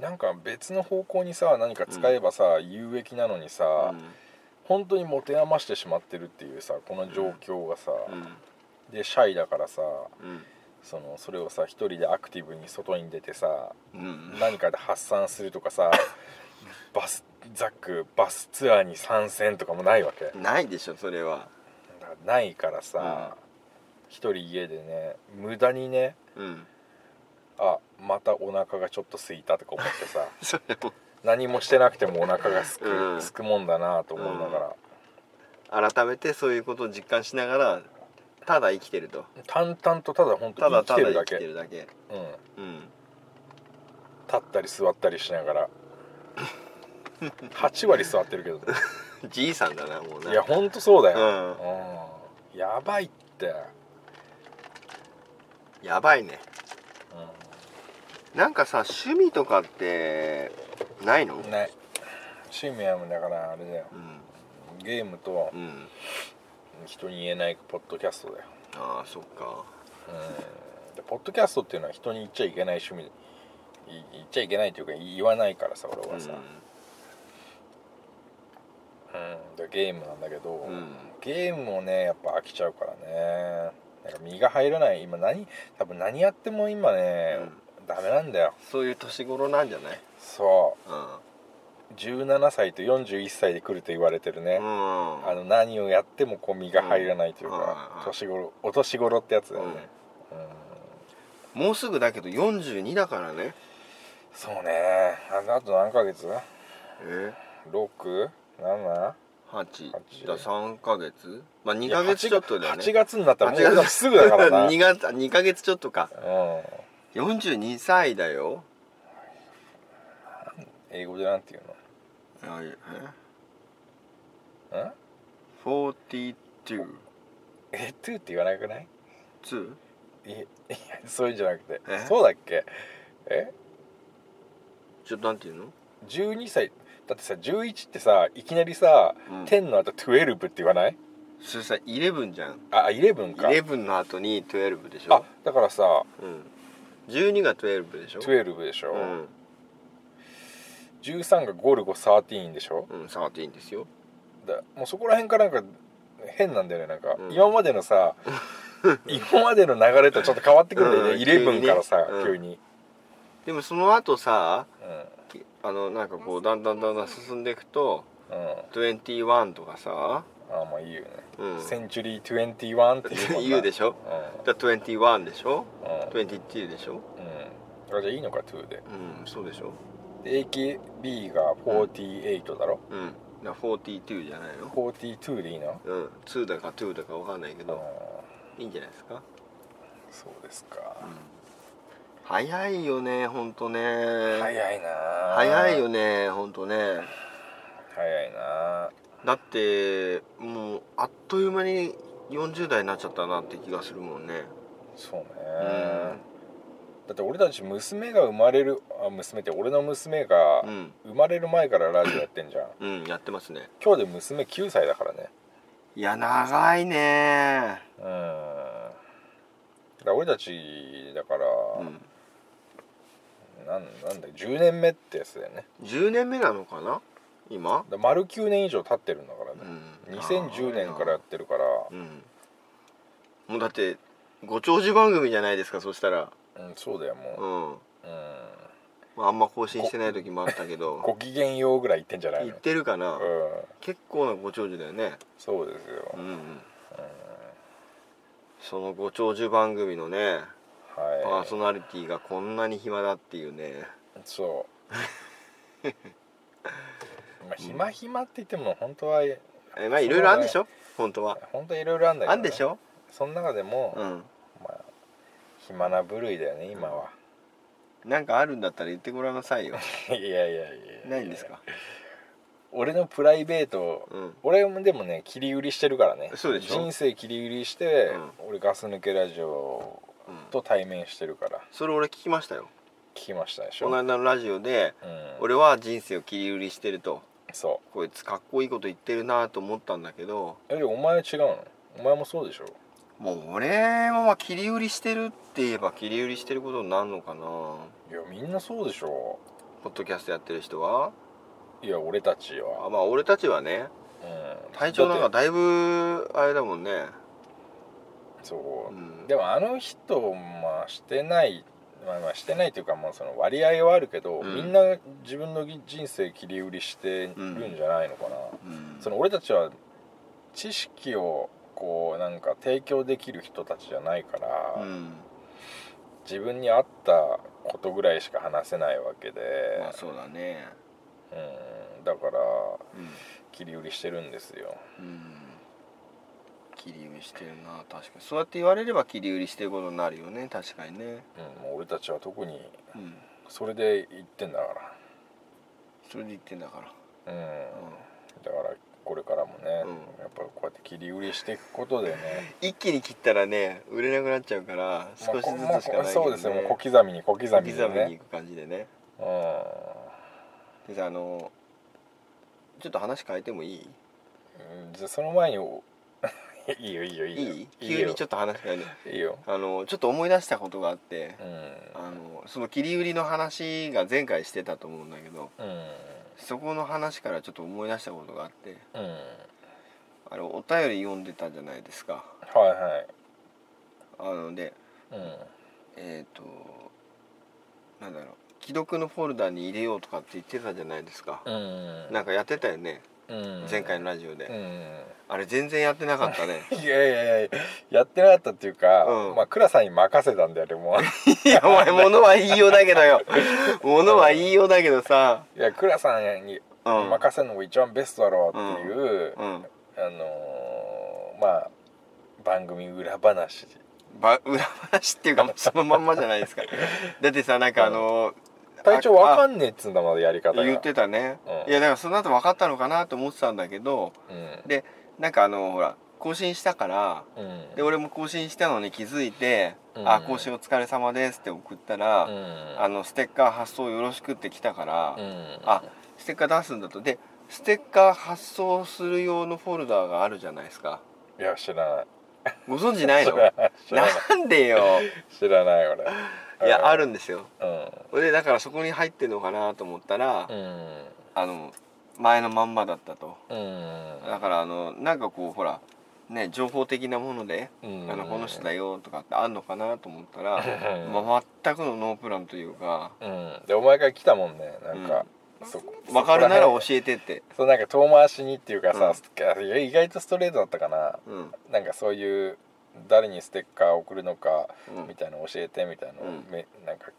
[SPEAKER 4] なんか別の方向にさ何か使えばさ、有益なのにさ、
[SPEAKER 3] う
[SPEAKER 4] 本当に持て余してしまってるっていうさこの状況がさ、
[SPEAKER 3] んうん
[SPEAKER 4] でシャイだからさ
[SPEAKER 3] うん
[SPEAKER 4] そのそれをさ一人でアクティブに外に出てさ
[SPEAKER 3] うん
[SPEAKER 4] 何かで発散すると かさバスザックバスツアーに参戦とかもないわけ、
[SPEAKER 3] ないでしょそれは
[SPEAKER 4] だからないからさ、一人家でね無駄にね
[SPEAKER 3] うん
[SPEAKER 4] あまたお腹がちょっと空いたとか思っ てさ
[SPEAKER 3] それも
[SPEAKER 4] 何もしてなくてもお腹がすく,、
[SPEAKER 3] うん
[SPEAKER 4] すくもんだなと思いながら。
[SPEAKER 3] 改めてそういうことを実感しながらただ生きてると
[SPEAKER 4] 淡々とただ本当
[SPEAKER 3] た
[SPEAKER 4] に生
[SPEAKER 3] だ
[SPEAKER 4] き
[SPEAKER 3] た
[SPEAKER 4] て
[SPEAKER 3] だ
[SPEAKER 4] るだ
[SPEAKER 3] 生
[SPEAKER 4] け
[SPEAKER 3] きてるだけ
[SPEAKER 4] うん、
[SPEAKER 3] うん
[SPEAKER 4] 立ったり座ったりしながら8割座ってるけどね
[SPEAKER 3] じいさんだなもう
[SPEAKER 4] いや
[SPEAKER 3] ね
[SPEAKER 4] ほんとそうだよ、うんやばいって、
[SPEAKER 3] やばいね
[SPEAKER 4] う
[SPEAKER 3] なんかさ趣味とかってないの、
[SPEAKER 4] ん、ね趣味はもうだからあれだよ
[SPEAKER 3] うん
[SPEAKER 4] ゲームと
[SPEAKER 3] うん
[SPEAKER 4] 人に言えないポッドキャストだよ、
[SPEAKER 3] ああそっか
[SPEAKER 4] うん、でポッドキャストっていうのは人に言っちゃいけない趣味い言っちゃいけないというか言わないからさ俺はさ、うん、でゲームなんだけど、
[SPEAKER 3] うん
[SPEAKER 4] ゲームもねやっぱ飽きちゃうからねなんか身が入らない今何多分何やっても今ね、ダメなんだよ
[SPEAKER 3] そういう年頃なんじゃない
[SPEAKER 4] そ
[SPEAKER 3] うん
[SPEAKER 4] う17歳と41歳で来ると言われてるね、
[SPEAKER 3] うん
[SPEAKER 4] あの何をやってもこう身が入らないという
[SPEAKER 3] うん
[SPEAKER 4] か
[SPEAKER 3] う、んうん
[SPEAKER 4] 年頃お年頃ってやつだよね、うん
[SPEAKER 3] もうすぐだけど42だからね
[SPEAKER 4] そうねああと何ヶ月
[SPEAKER 3] え
[SPEAKER 4] ?6?7?
[SPEAKER 3] 8だ
[SPEAKER 4] 八
[SPEAKER 3] から3ヶ月まあ2ヶ月ちょっとだよね
[SPEAKER 4] 8月になったらも
[SPEAKER 3] 8
[SPEAKER 4] うすぐだか らな、う
[SPEAKER 3] 2, 月2ヶ月ちょっとか
[SPEAKER 4] ん、
[SPEAKER 3] 42歳だよ
[SPEAKER 4] 英語でなんて言うの
[SPEAKER 3] はい
[SPEAKER 4] ん
[SPEAKER 3] 42
[SPEAKER 4] え、トゥーって言わなくない
[SPEAKER 3] 2
[SPEAKER 4] いいや、そういうんじゃなくて
[SPEAKER 3] え。
[SPEAKER 4] そうだっけえ
[SPEAKER 3] ちょっとなんていうの
[SPEAKER 4] ?12 歳。だってさ11ってさいきなりさ、
[SPEAKER 3] うん
[SPEAKER 4] 10の後12って言わない
[SPEAKER 3] それさ11じゃん
[SPEAKER 4] あ11か
[SPEAKER 3] 11の後に12でし
[SPEAKER 4] あ
[SPEAKER 3] ょ
[SPEAKER 4] だからさ
[SPEAKER 3] うん12が12でしょ
[SPEAKER 4] 12でしょ、
[SPEAKER 3] うん
[SPEAKER 4] 13がゴルゴ13でしょ
[SPEAKER 3] うん13ですよ
[SPEAKER 4] だもうそこら辺からなんか変なんだよねなんか、
[SPEAKER 3] うん
[SPEAKER 4] 今まで のさ今までの流れとちょっと変わってくるんだよね、
[SPEAKER 3] うん
[SPEAKER 4] 11からさ
[SPEAKER 3] 急
[SPEAKER 4] 急に,、
[SPEAKER 3] でもその後さ
[SPEAKER 4] う
[SPEAKER 3] きあのなんかこうだんだんだんだん進んでいくと
[SPEAKER 4] んうん
[SPEAKER 3] 21とかさ
[SPEAKER 4] あまあいいよね、
[SPEAKER 3] うん
[SPEAKER 4] センチュリー21っていうもんな
[SPEAKER 3] 言うでしょだから21でしょ
[SPEAKER 4] うんうん、うん、
[SPEAKER 3] 22でしょ
[SPEAKER 4] あじゃあいいのか2で
[SPEAKER 3] うんそうでしょ
[SPEAKER 4] で AKB が48だろ、
[SPEAKER 3] うんだから42じゃないの
[SPEAKER 4] 42でいいな
[SPEAKER 3] うん2だか2だかわかんないけ
[SPEAKER 4] うん
[SPEAKER 3] どいいんじゃないですか
[SPEAKER 4] そうですか、
[SPEAKER 3] 早いよねほんとね
[SPEAKER 4] 早いな
[SPEAKER 3] 早いよねほんとね
[SPEAKER 4] 早いな
[SPEAKER 3] だってもうあっという間に40代になっちゃったなって気がするもんね
[SPEAKER 4] そうね、
[SPEAKER 3] うん
[SPEAKER 4] だって俺たち娘が生まれるあ娘って俺の娘が
[SPEAKER 3] うん
[SPEAKER 4] 生まれる前からラジオやってんじゃん
[SPEAKER 3] うんやってますね
[SPEAKER 4] 今日で娘9歳だからね
[SPEAKER 3] いや長いね
[SPEAKER 4] うんだから俺たちだから、
[SPEAKER 3] うん
[SPEAKER 4] なんなんだ10年目ってやつだよね
[SPEAKER 3] 10年目なのかな今
[SPEAKER 4] だから丸9年以上経ってるんだから
[SPEAKER 3] う
[SPEAKER 4] ね、
[SPEAKER 3] ん
[SPEAKER 4] 2010年からやってるから
[SPEAKER 3] うんもうだってご長寿番組じゃないですかそしたら
[SPEAKER 4] うんそうだよも
[SPEAKER 3] うん
[SPEAKER 4] ううん
[SPEAKER 3] まああんま更新してない時もあったけど
[SPEAKER 4] ご機嫌ようぐらい言ってんじゃない
[SPEAKER 3] 言
[SPEAKER 4] の
[SPEAKER 3] ってるかな、
[SPEAKER 4] うん
[SPEAKER 3] 結構なご長寿だよね
[SPEAKER 4] そうですよ、
[SPEAKER 3] うん、うん、そのご長寿番組のねパ
[SPEAKER 4] は
[SPEAKER 3] ー
[SPEAKER 4] い
[SPEAKER 3] ソナリティがこんなに暇だっていうね
[SPEAKER 4] そう まあ暇暇って言っても本当は
[SPEAKER 3] えまあいろいろあるんでしょ本当は
[SPEAKER 4] 本当はいろいろあんだけど、ね、
[SPEAKER 3] あんでしょ
[SPEAKER 4] その中でも、
[SPEAKER 3] うん
[SPEAKER 4] まあ暇な部類だよね今は
[SPEAKER 3] なんかあるんだったら言ってごらんなさいよ
[SPEAKER 4] いやいやいやや
[SPEAKER 3] ないんですか
[SPEAKER 4] 俺のプライベート、
[SPEAKER 3] うん
[SPEAKER 4] 俺もでもね切り売りしてるからね
[SPEAKER 3] そうでしょ
[SPEAKER 4] 人生切り売りして、
[SPEAKER 3] う
[SPEAKER 4] 俺ガス抜けラジオと対面してるから
[SPEAKER 3] それ俺聞きましたよ
[SPEAKER 4] 聞きましたでしょ、
[SPEAKER 3] この
[SPEAKER 4] うん、
[SPEAKER 3] 間のラジオで俺は人生を切り売りしてると
[SPEAKER 4] そう
[SPEAKER 3] こいつかっこいいこと言ってるなと思ったんだけど
[SPEAKER 4] えでもお前は違うのお前もそうでしょ
[SPEAKER 3] もう俺はまあ切り売りしてるって言えば切り売りしてることになるのかない
[SPEAKER 4] やみんなそうでしょ
[SPEAKER 3] ポッドキャストやってる人はい
[SPEAKER 4] や俺たち
[SPEAKER 3] あ
[SPEAKER 4] は、
[SPEAKER 3] まあ俺たちはね
[SPEAKER 4] うん、
[SPEAKER 3] 体調なんか
[SPEAKER 4] だっ
[SPEAKER 3] だいぶあれだもんね
[SPEAKER 4] てそう、
[SPEAKER 3] うん
[SPEAKER 4] でもあの人まあしてないまあ、まあしてないというかもうその割合はあるけど、
[SPEAKER 3] うん
[SPEAKER 4] みんな自分の人生切り売りしてるんじゃないのかな、その俺たちは知識をこうなんか提供できる人たちじゃないから、
[SPEAKER 3] うん
[SPEAKER 4] 自分に合ったことぐらいしか話せないわけで、
[SPEAKER 3] まあそうだね
[SPEAKER 4] うん、だか
[SPEAKER 3] う
[SPEAKER 4] ら
[SPEAKER 3] ん
[SPEAKER 4] 切り売りしてるんですよ
[SPEAKER 3] うん切り売りしてるな確かにそうやって言われれば切り売りしてることになるよね確かにね
[SPEAKER 4] うん、もう俺たちは特に
[SPEAKER 3] うん
[SPEAKER 4] それで言ってんだか
[SPEAKER 3] それで言ってんだから
[SPEAKER 4] ら、うん
[SPEAKER 3] うん
[SPEAKER 4] だからこれからもね、
[SPEAKER 3] うん
[SPEAKER 4] やっぱこうやって切り売りしていくことでね
[SPEAKER 3] 一気に切ったらね売れなくなっちゃうから少しずつしかないけど、ね
[SPEAKER 4] まあこそうですよもう小刻みに小刻みに
[SPEAKER 3] 小刻みに
[SPEAKER 4] ね
[SPEAKER 3] いく感じでね
[SPEAKER 4] うん
[SPEAKER 3] でさあのちょっと話変えてもいい
[SPEAKER 4] うんじゃあその前に おいいよいいよい
[SPEAKER 3] い
[SPEAKER 4] いよ
[SPEAKER 3] い急にちょ
[SPEAKER 4] ょ
[SPEAKER 3] っと話変える
[SPEAKER 4] っといいよ
[SPEAKER 3] あのちょっと思い出したことがあって
[SPEAKER 4] う、
[SPEAKER 3] あのその切り売りの話が前回してたと思うんだけど
[SPEAKER 4] んうん
[SPEAKER 3] そこの話からちょっと思い出したことがあって
[SPEAKER 4] うん
[SPEAKER 3] あのお便り読んでたじゃないですか
[SPEAKER 4] は
[SPEAKER 3] あので
[SPEAKER 4] いはいうん
[SPEAKER 3] えっ、となんだろう既読のフォルダに入れようとかって言ってたじゃないですか、
[SPEAKER 4] うん
[SPEAKER 3] なんかやってたよね
[SPEAKER 4] うん
[SPEAKER 3] 前回のラジオで、
[SPEAKER 4] うん
[SPEAKER 3] あれ全然やってなかった ね
[SPEAKER 4] いやいやいややってなかったっていうか、
[SPEAKER 3] うん
[SPEAKER 4] まあ倉さんに任せたんだよね もう
[SPEAKER 3] いやお前物は言いようだけどよ物は言いようだけどさ
[SPEAKER 4] いや倉さんに
[SPEAKER 3] うん
[SPEAKER 4] 任せるのが一番ベストだろうっていう、
[SPEAKER 3] うんうん
[SPEAKER 4] あのーまあ番組裏話
[SPEAKER 3] ば裏話っていうかもうそのまんまじゃないです かだってさなんかあの
[SPEAKER 4] 体調わか
[SPEAKER 3] ん
[SPEAKER 4] んねえっつうんだもんやり方が
[SPEAKER 3] 言ってたね、
[SPEAKER 4] うん
[SPEAKER 3] いやだからその後分かったのかなと思ってたんだけど
[SPEAKER 4] うん
[SPEAKER 3] でなんかあのほら更新したから
[SPEAKER 4] うん
[SPEAKER 3] で俺も更新したのに気づいて「
[SPEAKER 4] うん
[SPEAKER 3] あ更新お疲れ様です」って送ったら、
[SPEAKER 4] うん
[SPEAKER 3] あのステッカー発送よろしくって来たから、
[SPEAKER 4] うん
[SPEAKER 3] あステッカー出すんだとでステッカー発送する用のフォルダーがあるじゃないですか
[SPEAKER 4] いや知らない
[SPEAKER 3] ご存知ないの
[SPEAKER 4] 知らない知らない
[SPEAKER 3] なんでよ
[SPEAKER 4] 知らない俺
[SPEAKER 3] いやあ
[SPEAKER 4] る
[SPEAKER 3] るんですよ
[SPEAKER 4] うん
[SPEAKER 3] でだからそこに入ってんのかなと思ったら、
[SPEAKER 4] うん
[SPEAKER 3] あの前のまんまだったと
[SPEAKER 4] うん
[SPEAKER 3] だからあのなんかこうほらね情報的なもので、
[SPEAKER 4] うん
[SPEAKER 3] あのこの人だよとかってあんのかなと思った ら、
[SPEAKER 4] うん
[SPEAKER 3] まあ、全くのノープランというか
[SPEAKER 4] うんでお前から来たもんねなんか、そ
[SPEAKER 3] 分かるなら教
[SPEAKER 4] し
[SPEAKER 3] えてって、
[SPEAKER 4] そうなんか遠回しにっていう
[SPEAKER 3] う
[SPEAKER 4] か
[SPEAKER 3] ん
[SPEAKER 4] さ、いや意外とストレートだったかな
[SPEAKER 3] うん、
[SPEAKER 4] なんかそういう誰にステッカー送るのか
[SPEAKER 3] うん
[SPEAKER 4] みたいなの教えてみたいな
[SPEAKER 3] う
[SPEAKER 4] の、
[SPEAKER 3] ん
[SPEAKER 4] めなんか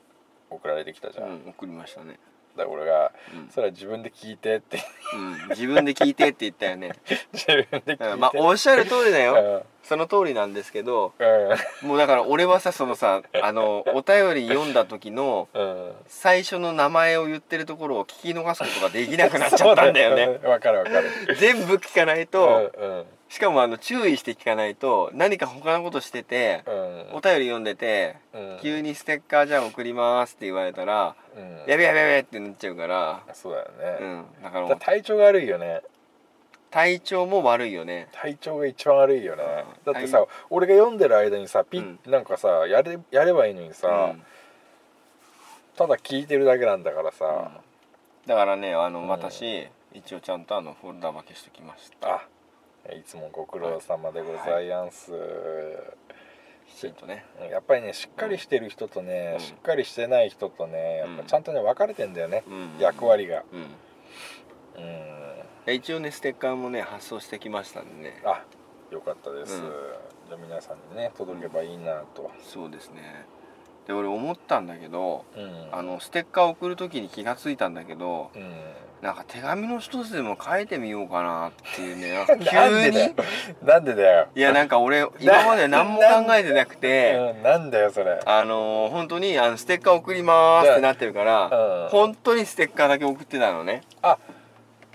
[SPEAKER 4] 送られてきたじゃん、
[SPEAKER 3] うん送りましたね、
[SPEAKER 4] だから俺が、
[SPEAKER 3] うん
[SPEAKER 4] それは自分で聞いてって
[SPEAKER 3] うん、自分で聞いてって言った よね、
[SPEAKER 4] 自分で聞いて、
[SPEAKER 3] うんまあおっしゃる通りだ
[SPEAKER 4] う
[SPEAKER 3] よ
[SPEAKER 4] ん
[SPEAKER 3] その通りなんですけど
[SPEAKER 4] うん
[SPEAKER 3] もうだから俺はさそのさあのお便り読んだ時の
[SPEAKER 4] うん
[SPEAKER 3] 最初の名前を言ってるところを聞き逃すことができなくなっちゃったんだ よね。
[SPEAKER 4] わかるわかる
[SPEAKER 3] 全部聞かないと、
[SPEAKER 4] うんうん
[SPEAKER 3] しかもあの注意して聞かないと何か他のことしてて、
[SPEAKER 4] うん
[SPEAKER 3] お便り読んでて、
[SPEAKER 4] うん
[SPEAKER 3] 急にステッカーじゃあ送りますって言われたら、
[SPEAKER 4] うん
[SPEAKER 3] やべやべやべってなっちゃうから、
[SPEAKER 4] そうだよ
[SPEAKER 3] う
[SPEAKER 4] ね、
[SPEAKER 3] ん、だから
[SPEAKER 4] だ
[SPEAKER 3] も
[SPEAKER 4] から
[SPEAKER 3] う
[SPEAKER 4] 体調が悪いよね
[SPEAKER 3] 体調も悪いよね。
[SPEAKER 4] 体調が一番悪いよね
[SPEAKER 3] う
[SPEAKER 4] だ
[SPEAKER 3] ん
[SPEAKER 4] ってさ俺が読んでる間にさピッ、
[SPEAKER 3] う
[SPEAKER 4] なんかさやれやればいいのにさ、
[SPEAKER 3] うん
[SPEAKER 4] ただ聞いてるだけなんだからさ、
[SPEAKER 3] だからねあの、
[SPEAKER 4] ん
[SPEAKER 3] 私一応ちゃんとあのフォルダ分けしてきました。
[SPEAKER 4] あいつもご苦労様でございます、
[SPEAKER 3] きちんとね。
[SPEAKER 4] やっぱりねしっかりしてる人とね、
[SPEAKER 3] うん
[SPEAKER 4] しっかりしてない人とねやっぱちゃんとね分かれてんだよね、
[SPEAKER 3] うん
[SPEAKER 4] 役割が
[SPEAKER 3] うん
[SPEAKER 4] うん
[SPEAKER 3] 一応ねステッカーもね発送してきましたんでね
[SPEAKER 4] あよかったです、
[SPEAKER 3] うん
[SPEAKER 4] じゃあ皆さんにね届けばいいなと、
[SPEAKER 3] そうですねで俺思ったんだけど
[SPEAKER 4] うん
[SPEAKER 3] あのステッカー送る時に気がついたんだけど
[SPEAKER 4] うん
[SPEAKER 3] なんか手紙の一つでも書いてみようかなっていうねなんか
[SPEAKER 4] なん
[SPEAKER 3] 急
[SPEAKER 4] でだ
[SPEAKER 3] に
[SPEAKER 4] よなんでだよ、
[SPEAKER 3] いやなんか俺今まで何も考えてなくて
[SPEAKER 4] うん、なんだよそれ
[SPEAKER 3] あのー本当にあのステッカー送りまーすってなってるから
[SPEAKER 4] うん
[SPEAKER 3] 本当にステッカーだけ送ってたのね
[SPEAKER 4] あ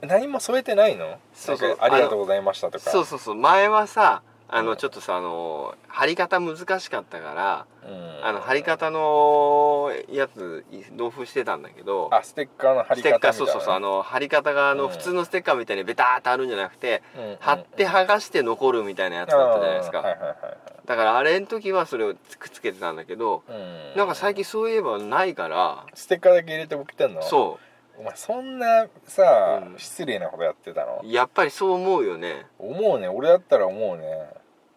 [SPEAKER 4] 何も添えてないの
[SPEAKER 3] そうそう
[SPEAKER 4] なんかありがとうございましたとか
[SPEAKER 3] そうそうそう前はさあのちょっとさあのー貼り方難しかったから
[SPEAKER 4] うん
[SPEAKER 3] あの貼り方のやつい同封してたんだけど
[SPEAKER 4] あステッカーの貼り
[SPEAKER 3] ステッ
[SPEAKER 4] 方みたいな
[SPEAKER 3] カーそうそうそうあの貼り方があの
[SPEAKER 4] うん
[SPEAKER 3] 普通のステッカーみたいにベターってあるんじゃなくて
[SPEAKER 4] うんうんうん
[SPEAKER 3] 貼って剥がして残るみたいなやつだったじゃないです
[SPEAKER 4] あーはい
[SPEAKER 3] か
[SPEAKER 4] はいはい
[SPEAKER 3] だからあれの時はそれをくっつけてたんだけど
[SPEAKER 4] はい、う
[SPEAKER 3] なんか最近そういえばないから
[SPEAKER 4] ステッカーだけ入れて送ってんの
[SPEAKER 3] そう
[SPEAKER 4] お前そんなさ、
[SPEAKER 3] うん
[SPEAKER 4] 失礼なことやってたの
[SPEAKER 3] やっぱりそう思うよね
[SPEAKER 4] 思うね俺だったら思うね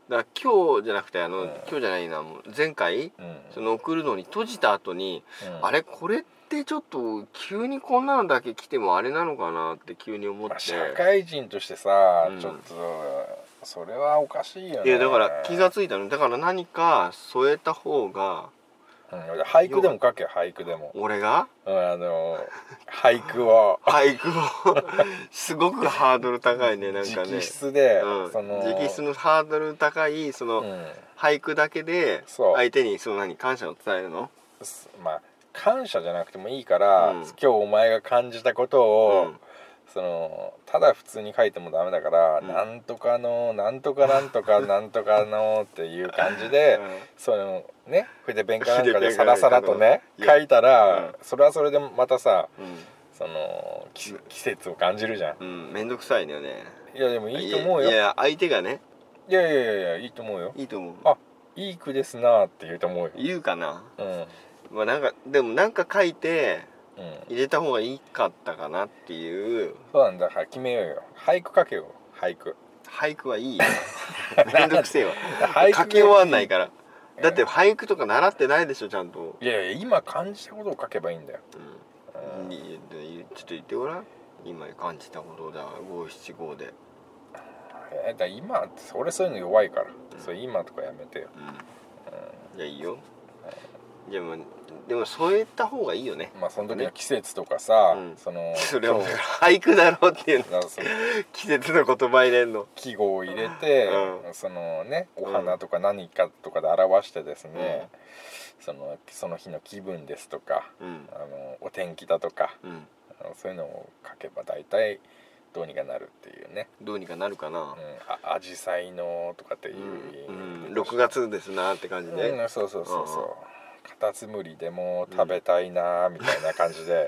[SPEAKER 3] だから今日じゃなくてあの
[SPEAKER 4] うん
[SPEAKER 3] 今日じゃないなもう前回
[SPEAKER 4] うん
[SPEAKER 3] その送るのに閉じた後に
[SPEAKER 4] うん
[SPEAKER 3] あれこれってちょっと急にこんなのだけ来てもあれなのかなって急に思って
[SPEAKER 4] まあ社会人としてさ、
[SPEAKER 3] うん
[SPEAKER 4] ちょっとそれはおかしいよ
[SPEAKER 3] い
[SPEAKER 4] ね
[SPEAKER 3] やだから気がついたのだから何か添えた方が
[SPEAKER 4] うん俳句でも書け俳句でも、
[SPEAKER 3] 俺 が
[SPEAKER 4] うん あの俳句を
[SPEAKER 3] 俳句を すごくハードル高いねなんかね
[SPEAKER 4] 直筆で、
[SPEAKER 3] うん、
[SPEAKER 4] その
[SPEAKER 3] 直筆のハードル高いそうの
[SPEAKER 4] ん
[SPEAKER 3] 俳句だけで
[SPEAKER 4] そう
[SPEAKER 3] 相手にその何感謝を伝えるの
[SPEAKER 4] すまあ感謝じゃなくてもいいから、
[SPEAKER 3] うん
[SPEAKER 4] 今日お前が感じたことを、そのただ普通に書いてもダメだから、
[SPEAKER 3] ん
[SPEAKER 4] なんとかのなんとかなん とかなんとかのっていう感じで、
[SPEAKER 3] うん
[SPEAKER 4] そのね筆ペン かなんかで
[SPEAKER 3] 筆ペンか
[SPEAKER 4] さ
[SPEAKER 3] なんかで
[SPEAKER 4] らさらとね
[SPEAKER 3] いや
[SPEAKER 4] 書いたら、
[SPEAKER 3] うん
[SPEAKER 4] それはそれでまたさ
[SPEAKER 3] う
[SPEAKER 4] その季季節を感じるじゃん。
[SPEAKER 3] ん、うん、めんどくさいのよね
[SPEAKER 4] いやでもいいと思う
[SPEAKER 3] や
[SPEAKER 4] よ。い
[SPEAKER 3] い
[SPEAKER 4] や
[SPEAKER 3] や相手がね
[SPEAKER 4] いやいやいやいいと思うよ。
[SPEAKER 3] いいと思う
[SPEAKER 4] あいい句ですなーって言うと思うよ。
[SPEAKER 3] 言うかな
[SPEAKER 4] うん
[SPEAKER 3] まあなんかでもなんか書いて
[SPEAKER 4] うん。
[SPEAKER 3] 入れた方がいいかったかなっていう
[SPEAKER 4] そうなんだから決めようよ。俳句書けよ俳句。
[SPEAKER 3] 俳句はいい よめんどくせえわ
[SPEAKER 4] 俳句
[SPEAKER 3] 書き終わんないから
[SPEAKER 4] ん
[SPEAKER 3] だって俳句とか習ってないでしょちゃんと、
[SPEAKER 4] いやいや今感じたことを書けばいいんだよ。
[SPEAKER 3] うんいいいちょっと言ってごらん今感じたことだ五七五で、
[SPEAKER 4] えーだから今俺そういうの弱いから、それ今とかやめてよ、
[SPEAKER 3] うん、いやいいよいやまあでも添えた方がいいよね
[SPEAKER 4] まあその時の季節とかさ、
[SPEAKER 3] うん
[SPEAKER 4] その
[SPEAKER 3] それは
[SPEAKER 4] 今日
[SPEAKER 3] 俳句だろうっていうの
[SPEAKER 4] だからその
[SPEAKER 3] 季節の言葉入れんの
[SPEAKER 4] 季語を入れて、
[SPEAKER 3] うん
[SPEAKER 4] そのねお花とか何かとかで表してですね、そのその日の気分ですとか、
[SPEAKER 3] うん
[SPEAKER 4] あのお天気だとか、
[SPEAKER 3] うん
[SPEAKER 4] あのそういうのを書けば大体どうにかなるっていうね
[SPEAKER 3] どうにかなるか
[SPEAKER 4] 「う、
[SPEAKER 3] なん
[SPEAKER 4] あ紫陽花の」とかっていうう、
[SPEAKER 3] んうん、6月ですなって感じで、
[SPEAKER 4] うんそうそうそうそう、カタツムリでも食べたいなーみたいな感じ で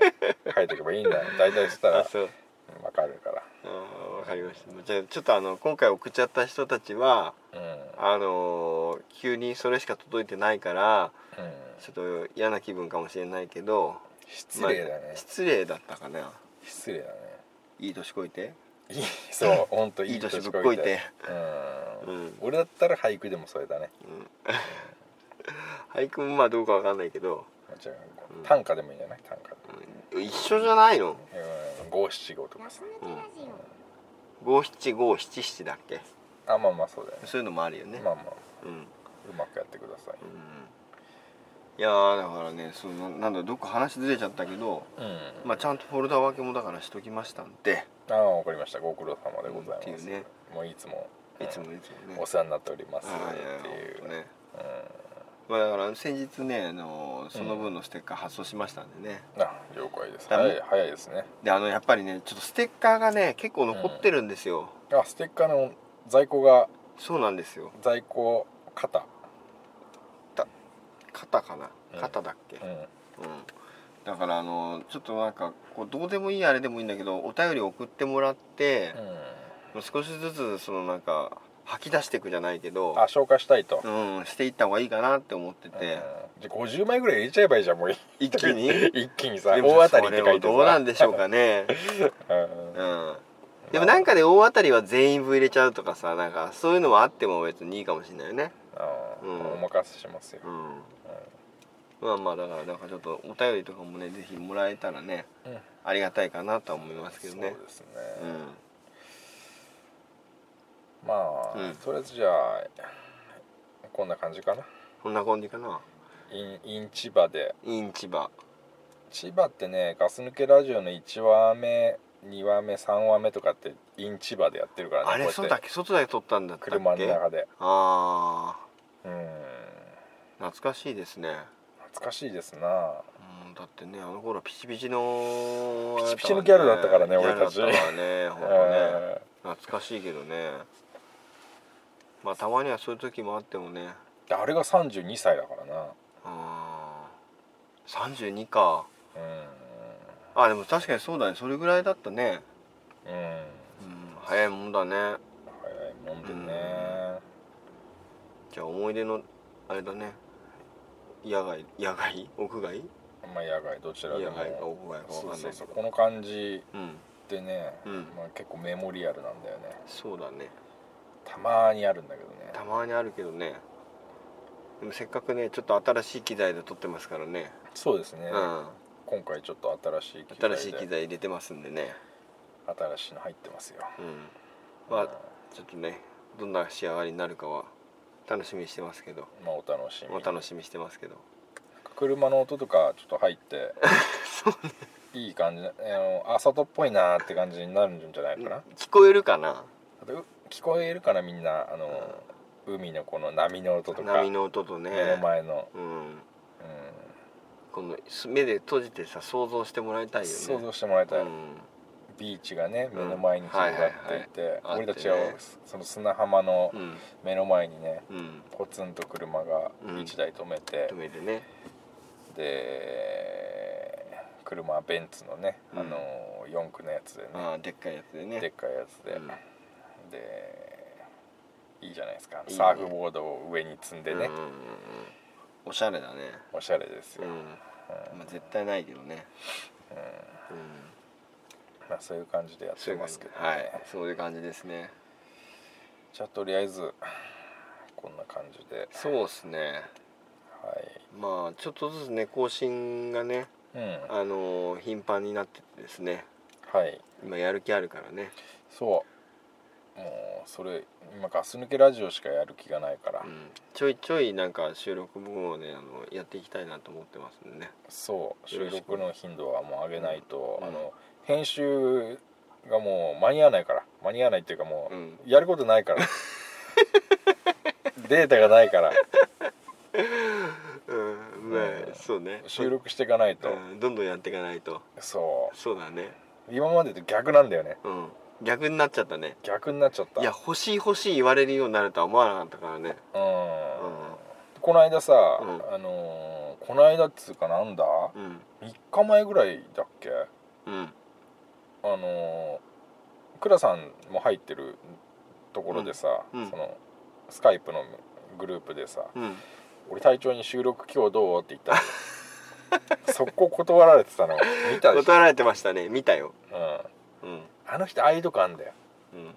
[SPEAKER 4] 書いておけばいいんだよ大体そしたら
[SPEAKER 3] あそう
[SPEAKER 4] うんわかるか
[SPEAKER 3] あーわかりましたじゃあちょっとあの今回送っちゃった人たちは
[SPEAKER 4] らうん
[SPEAKER 3] あのー急にそれしか届いてないから
[SPEAKER 4] うん
[SPEAKER 3] ちょっと嫌な気分かもしれないけど
[SPEAKER 4] 失礼だ
[SPEAKER 3] ま
[SPEAKER 4] ね
[SPEAKER 3] あ失礼だったかな
[SPEAKER 4] 失礼だね
[SPEAKER 3] いい年こいて
[SPEAKER 4] いいそう本当
[SPEAKER 3] い
[SPEAKER 4] い
[SPEAKER 3] い
[SPEAKER 4] い
[SPEAKER 3] 年
[SPEAKER 4] 年
[SPEAKER 3] ぶっこ
[SPEAKER 4] こ
[SPEAKER 3] い
[SPEAKER 4] い
[SPEAKER 3] て
[SPEAKER 4] て
[SPEAKER 3] う
[SPEAKER 4] うんん俺だったら俳句でもそれだね
[SPEAKER 3] 俳句もまあどうかわかんないけど、
[SPEAKER 4] じゃあ短歌でもいいんじゃない短歌で
[SPEAKER 3] うん一緒じゃないの
[SPEAKER 4] うん五七五とかさ
[SPEAKER 3] 五七五七七だっけ
[SPEAKER 4] あまあまあそうだよね
[SPEAKER 3] そういうのもあるよね、
[SPEAKER 4] まあまあ
[SPEAKER 3] うん
[SPEAKER 4] うまくやってください
[SPEAKER 3] いやーだからねそのなんだどっか話ずれちゃったけど、
[SPEAKER 4] うん
[SPEAKER 3] まあ、ちゃんとフォルダ分けもだからしときましたんで
[SPEAKER 4] ああわかりましたご苦労様でございます
[SPEAKER 3] うんっていうね
[SPEAKER 4] もういつも
[SPEAKER 3] いつもいつもね
[SPEAKER 4] お世話になっております
[SPEAKER 3] あー
[SPEAKER 4] ってい
[SPEAKER 3] やほ
[SPEAKER 4] うん
[SPEAKER 3] とね、
[SPEAKER 4] うん
[SPEAKER 3] まあ、だから先日ねあのーその分のステッカー発送しましたんでね、
[SPEAKER 4] あ了解です
[SPEAKER 3] ダメ
[SPEAKER 4] 早い早いですね
[SPEAKER 3] であのやっぱりねちょっとステッカーがね結構残ってるんですよ、
[SPEAKER 4] あステッカーの在庫が
[SPEAKER 3] そうなんですよ
[SPEAKER 4] 在庫型
[SPEAKER 3] 肩かな
[SPEAKER 4] うん
[SPEAKER 3] 肩だっけ、
[SPEAKER 4] うん
[SPEAKER 3] うん、だからあのちょっとなんかこうどうでもいいあれでもいいんだけどお便り送ってもらって
[SPEAKER 4] う、ん
[SPEAKER 3] 少しずつそのなんか吐き出していくじゃないけど
[SPEAKER 4] あ、消化したいと
[SPEAKER 3] うん、していった方がいいかなって思ってて、
[SPEAKER 4] うんじゃあ50枚ぐらい入れちゃえばいいじゃんもう一
[SPEAKER 3] 一気に
[SPEAKER 4] 一気にさ
[SPEAKER 3] で
[SPEAKER 4] 大
[SPEAKER 3] も
[SPEAKER 4] 当たりって書
[SPEAKER 3] それ
[SPEAKER 4] いてさ
[SPEAKER 3] もどうなんでしょうかね、
[SPEAKER 4] うん
[SPEAKER 3] うん、でもなんかで大当たりは全員分入れちゃうとかさなんかそういうのもあっても別にいいかもしれないよね、
[SPEAKER 4] あー
[SPEAKER 3] うん
[SPEAKER 4] お任せしますよ
[SPEAKER 3] うんまあまあだからなんかちょっとお便りとかもねぜひもらえたらね
[SPEAKER 4] うん
[SPEAKER 3] ありがたいかなとは思いますけど
[SPEAKER 4] そう
[SPEAKER 3] ね
[SPEAKER 4] ですね
[SPEAKER 3] うん
[SPEAKER 4] まあ
[SPEAKER 3] うん
[SPEAKER 4] とりあえずじゃあこんな感じかな
[SPEAKER 3] こんな感じかな
[SPEAKER 4] インイン千葉で
[SPEAKER 3] インチバ
[SPEAKER 4] 千葉ってねガス抜けラジオの1話目2話目3話目とかってイン千葉でやってるからね
[SPEAKER 3] あれ
[SPEAKER 4] こう
[SPEAKER 3] そう
[SPEAKER 4] や
[SPEAKER 3] だ
[SPEAKER 4] っ
[SPEAKER 3] ってけ外で撮ったんだったっけ
[SPEAKER 4] 車の中で
[SPEAKER 3] あ
[SPEAKER 4] うん
[SPEAKER 3] あ懐かしいですね
[SPEAKER 4] 懐かしいですな
[SPEAKER 3] うんだってねあの頃はピチピチの
[SPEAKER 4] ピチピチのギャルだったからね
[SPEAKER 3] ギャルだった
[SPEAKER 4] 俺たち
[SPEAKER 3] から ねほんとね
[SPEAKER 4] え
[SPEAKER 3] 懐かしいけどねまあたまにはそういう時もあってもね
[SPEAKER 4] ーあれが32歳だからな
[SPEAKER 3] あ32か
[SPEAKER 4] う
[SPEAKER 3] あでも確かにそうだねそれぐらいだったね、
[SPEAKER 4] んうん
[SPEAKER 3] うん、早いもんだね
[SPEAKER 4] 早いもんでね
[SPEAKER 3] じゃあ思い出のあれだね野外野外屋外
[SPEAKER 4] まあ野外どちらで
[SPEAKER 3] 野外か
[SPEAKER 4] も
[SPEAKER 3] 屋外か
[SPEAKER 4] そ
[SPEAKER 3] わかん
[SPEAKER 4] う
[SPEAKER 3] な
[SPEAKER 4] そ
[SPEAKER 3] いうけ
[SPEAKER 4] そう
[SPEAKER 3] ど
[SPEAKER 4] この感じ
[SPEAKER 3] うん
[SPEAKER 4] ってね、
[SPEAKER 3] うん
[SPEAKER 4] まあ、結構メモリアルなんだよね
[SPEAKER 3] そうだね
[SPEAKER 4] たまにあるんだけどね
[SPEAKER 3] たまにあるけどねでもせっかくねちょっと新しい機材で撮ってますからね、
[SPEAKER 4] そうですね、
[SPEAKER 3] うん、
[SPEAKER 4] 今回ちょっと新しい機材で
[SPEAKER 3] 新しい機材入れてますんでね、
[SPEAKER 4] 新しいの入ってますよ
[SPEAKER 3] うん、まあちょっとねどんな仕上がりになるかは楽しみにしてますけど
[SPEAKER 4] まあお楽しみ
[SPEAKER 3] お楽しみにしてますけど
[SPEAKER 4] 車の音とかちょっと入って いい感じなあのあ外っぽいなーって感じになるんじゃないかな、
[SPEAKER 3] 聞こえるかな
[SPEAKER 4] あとう聞こえるかなみんなあの、海のこの波の音とか
[SPEAKER 3] 波の音とね
[SPEAKER 4] 目の前の、
[SPEAKER 3] うん、
[SPEAKER 4] う
[SPEAKER 3] この目で閉じてさ想像してもらいたい
[SPEAKER 4] ん、
[SPEAKER 3] よね
[SPEAKER 4] 想像してもらいたい、
[SPEAKER 3] うん
[SPEAKER 4] ビーチがね
[SPEAKER 3] ん
[SPEAKER 4] 目の前に広がっていて、
[SPEAKER 3] はいはいはい
[SPEAKER 4] 俺たちは
[SPEAKER 3] あってね
[SPEAKER 4] その砂浜の
[SPEAKER 3] うん
[SPEAKER 4] 目の前にね
[SPEAKER 3] うん
[SPEAKER 4] ポツンと車が
[SPEAKER 3] うん
[SPEAKER 4] 1台止めて
[SPEAKER 3] 止、めてね
[SPEAKER 4] で車はベンツのね、
[SPEAKER 3] うん
[SPEAKER 4] あの四駆のやつでね、
[SPEAKER 3] ああでっかいやつでね
[SPEAKER 4] でっかいやつで、
[SPEAKER 3] うん
[SPEAKER 4] でいいじゃないですかあの
[SPEAKER 3] いいね
[SPEAKER 4] サーフボードを上に積んでね
[SPEAKER 3] うんうんうんうんおしゃれだね
[SPEAKER 4] おしゃれです
[SPEAKER 3] う
[SPEAKER 4] よ、
[SPEAKER 3] ん、まあ、絶対ないけどねうん、
[SPEAKER 4] まあ、そういう感じでやってますけどね、
[SPEAKER 3] はいそういう感じですね
[SPEAKER 4] じゃあとりあえずこんな感じで
[SPEAKER 3] そうっすね
[SPEAKER 4] はい
[SPEAKER 3] まあちょっとずつね更新がね
[SPEAKER 4] うん
[SPEAKER 3] あのー頻繁になってってですね
[SPEAKER 4] はい
[SPEAKER 3] 今やる気あるからね
[SPEAKER 4] そうもうそれ今ガス抜けラジオしかやる気がないから、
[SPEAKER 3] うん、ちょいちょいなんか収録分をねあのやっていきたいなと思ってますんでね
[SPEAKER 4] そう
[SPEAKER 3] よろ
[SPEAKER 4] 収
[SPEAKER 3] しく
[SPEAKER 4] 録の頻度はもう上げないと、
[SPEAKER 3] うん
[SPEAKER 4] あの編集がもう間に合わないから間に合わないっていうかもう、
[SPEAKER 3] うん
[SPEAKER 4] やることないから データがないから
[SPEAKER 3] うんまあ、
[SPEAKER 4] うん
[SPEAKER 3] そうね
[SPEAKER 4] 収録していかないと、
[SPEAKER 3] うんどんどんやっていかないと
[SPEAKER 4] そ
[SPEAKER 3] そうだね
[SPEAKER 4] う今までと逆なんだよね
[SPEAKER 3] うん逆になっちゃったね
[SPEAKER 4] 逆になっちゃった
[SPEAKER 3] いや欲しい欲しい言われるようになるとは思わなかったからね
[SPEAKER 4] うん
[SPEAKER 3] うん
[SPEAKER 4] この間さ、
[SPEAKER 3] うん
[SPEAKER 4] あのーこの間っつうかなんだ
[SPEAKER 3] うん
[SPEAKER 4] 3日前ぐらいだっけ
[SPEAKER 3] うん
[SPEAKER 4] あのー倉さんも入ってるところでさ、
[SPEAKER 3] うんうん
[SPEAKER 4] そのスカイプのグループでさ
[SPEAKER 3] うん
[SPEAKER 4] 「俺隊長に収録今日どう?」って言 ったの速攻断られてたの見たでしょ、
[SPEAKER 3] 断られてましたね見たよ
[SPEAKER 4] うん、
[SPEAKER 3] うん
[SPEAKER 4] あの人アイド感だよ
[SPEAKER 3] うん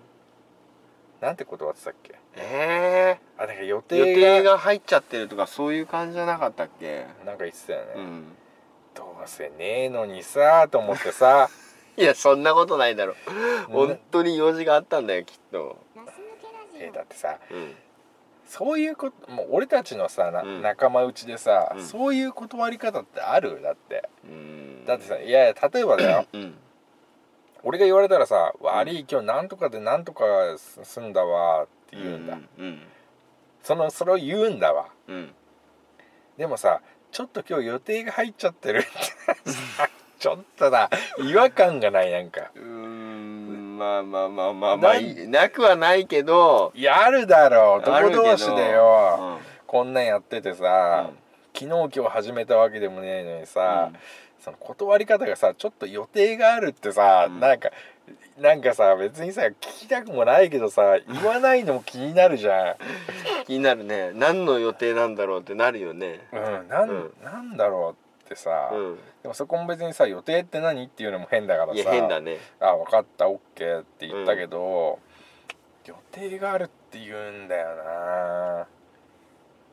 [SPEAKER 4] なんて断ってたっけ
[SPEAKER 3] え
[SPEAKER 4] あなんか予
[SPEAKER 3] ー、
[SPEAKER 4] 定
[SPEAKER 3] 予
[SPEAKER 4] が
[SPEAKER 3] 定が入っちゃってるとかそういう感じじゃなかったっけ
[SPEAKER 4] なんか言ってたよね、
[SPEAKER 3] うん
[SPEAKER 4] どうせねえのにさと思って さ
[SPEAKER 3] いやそんなことないだろ本
[SPEAKER 4] ね
[SPEAKER 3] 当に用事があったんだよきっと
[SPEAKER 4] えだってさ
[SPEAKER 3] うん
[SPEAKER 4] そういうこともう俺たちのさ、な
[SPEAKER 3] うん
[SPEAKER 4] 仲間内でさ、
[SPEAKER 3] うん
[SPEAKER 4] そういう断り方ってあるだって
[SPEAKER 3] うん
[SPEAKER 4] だってさいやいや例え ばだよ
[SPEAKER 3] うん
[SPEAKER 4] 俺が言われたらさ「悪い今日なんとかでなんとかす済んだわ」って言うんだ、
[SPEAKER 3] うん
[SPEAKER 4] そのそれを言うんだわ
[SPEAKER 3] うん
[SPEAKER 4] でもさちょっと今日予定が入っちゃってるって ちょっとな違和感がないなんか
[SPEAKER 3] うーんまあまあまあまあまあ
[SPEAKER 4] なん
[SPEAKER 3] いなくはないけど
[SPEAKER 4] いやあるだろう
[SPEAKER 3] ある
[SPEAKER 4] 男
[SPEAKER 3] けど
[SPEAKER 4] 同士でよ、こんなんやっててさ、
[SPEAKER 3] うん
[SPEAKER 4] 昨日今日始めたわけでもねえのに
[SPEAKER 3] うん
[SPEAKER 4] さ、その断り方がさちょっと予定があるってさ、
[SPEAKER 3] うん
[SPEAKER 4] なんかなんかさ別にさ聞きたくもないけどさ言わないのも気になるじゃん。
[SPEAKER 3] 気になるね何の予定なんだろうってなるよね
[SPEAKER 4] うん、なん、
[SPEAKER 3] うん
[SPEAKER 4] なんだろうってさ、
[SPEAKER 3] うん
[SPEAKER 4] でもそこも別にさ予定って何っていうのも変だから
[SPEAKER 3] い
[SPEAKER 4] さ
[SPEAKER 3] や変だね
[SPEAKER 4] あ分かったオッケーって言ったけど、予定があるって言うんだよな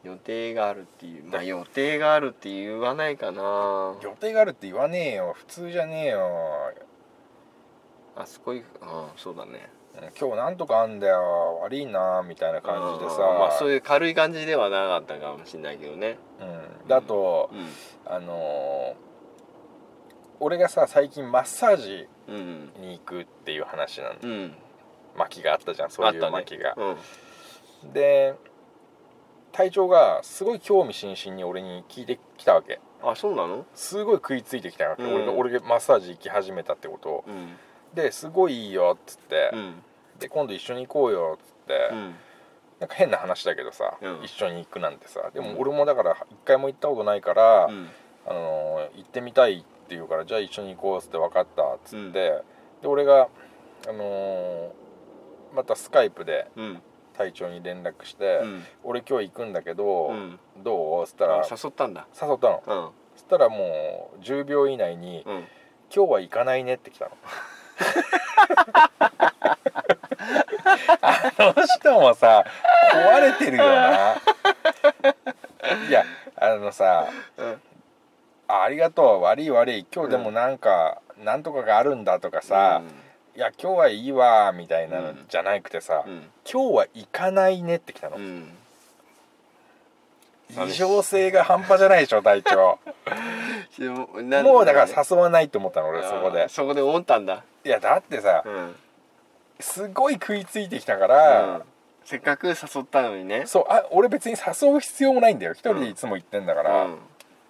[SPEAKER 3] 予定があるっていうまあ予定があるって言わないかな
[SPEAKER 4] 予定があるって言わねえよ普通じゃねえよ、
[SPEAKER 3] あそこ行くああそうだね
[SPEAKER 4] うん今日なんとかあんだよ悪いなみたいな感じでさ、
[SPEAKER 3] ああまあそういう軽い感じではなかったかもしれないけどね
[SPEAKER 4] うん、だと、
[SPEAKER 3] う
[SPEAKER 4] あのー俺がさ最近マッサージ
[SPEAKER 3] んうん
[SPEAKER 4] に行くっていう話なん
[SPEAKER 3] う
[SPEAKER 4] だ、
[SPEAKER 3] ん
[SPEAKER 4] 巻きがあったじゃんそうい
[SPEAKER 3] あ
[SPEAKER 4] う
[SPEAKER 3] ったね
[SPEAKER 4] 巻きが、
[SPEAKER 3] うん
[SPEAKER 4] で隊長がすごい興味津々に俺に聞いてきたわけ
[SPEAKER 3] あそうなの
[SPEAKER 4] すごい食いついてきたわけ、
[SPEAKER 3] うん
[SPEAKER 4] 俺が俺がマッサージ行き始めたってことを
[SPEAKER 3] うん
[SPEAKER 4] ですごいいいよっつって、
[SPEAKER 3] うん
[SPEAKER 4] で今度一緒に行こうよっつって、
[SPEAKER 3] うん
[SPEAKER 4] なんか変な話だけどさ、
[SPEAKER 3] うん
[SPEAKER 4] 一緒に行くなんてさでも俺もだから一回も行ったことないから、
[SPEAKER 3] うん
[SPEAKER 4] あのー行ってみたいって言うからじゃあ一緒に行こうっつって分かったっつって、
[SPEAKER 3] うん
[SPEAKER 4] で俺があのーまたスカイプで
[SPEAKER 3] うん
[SPEAKER 4] 隊長に連絡して、
[SPEAKER 3] うん
[SPEAKER 4] 俺今日行くんだけど、
[SPEAKER 3] うん
[SPEAKER 4] どう?」っつったら
[SPEAKER 3] あ
[SPEAKER 4] 誘
[SPEAKER 3] 誘ったんだ
[SPEAKER 4] ったの
[SPEAKER 3] うん
[SPEAKER 4] そしたらもう10秒以内に
[SPEAKER 3] うん
[SPEAKER 4] 「今日は行かないね」って来たのあの人もさ壊れてるよないやあのさ
[SPEAKER 3] うん
[SPEAKER 4] 「あありがとう悪い悪い今日でもなんか、なんとかがあるんだ」とかさ「いや今日はいいわ」みたいなのじゃなくてさ「
[SPEAKER 3] うん
[SPEAKER 4] 今日は行かないね」って来たの、
[SPEAKER 3] うん
[SPEAKER 4] 異常性が半端じゃないでしょ隊 長
[SPEAKER 3] でもなん
[SPEAKER 4] もうだから誘わないと思ったの俺
[SPEAKER 3] あ
[SPEAKER 4] そ
[SPEAKER 3] ー
[SPEAKER 4] こで
[SPEAKER 3] そこで思ったんだ
[SPEAKER 4] いやだってさ
[SPEAKER 3] うん
[SPEAKER 4] すごい食いついてきたから、
[SPEAKER 3] せっかく誘ったのにね
[SPEAKER 4] そうあ俺別に誘う必要もないんだよ一人でいつも行ってんだから、
[SPEAKER 3] うん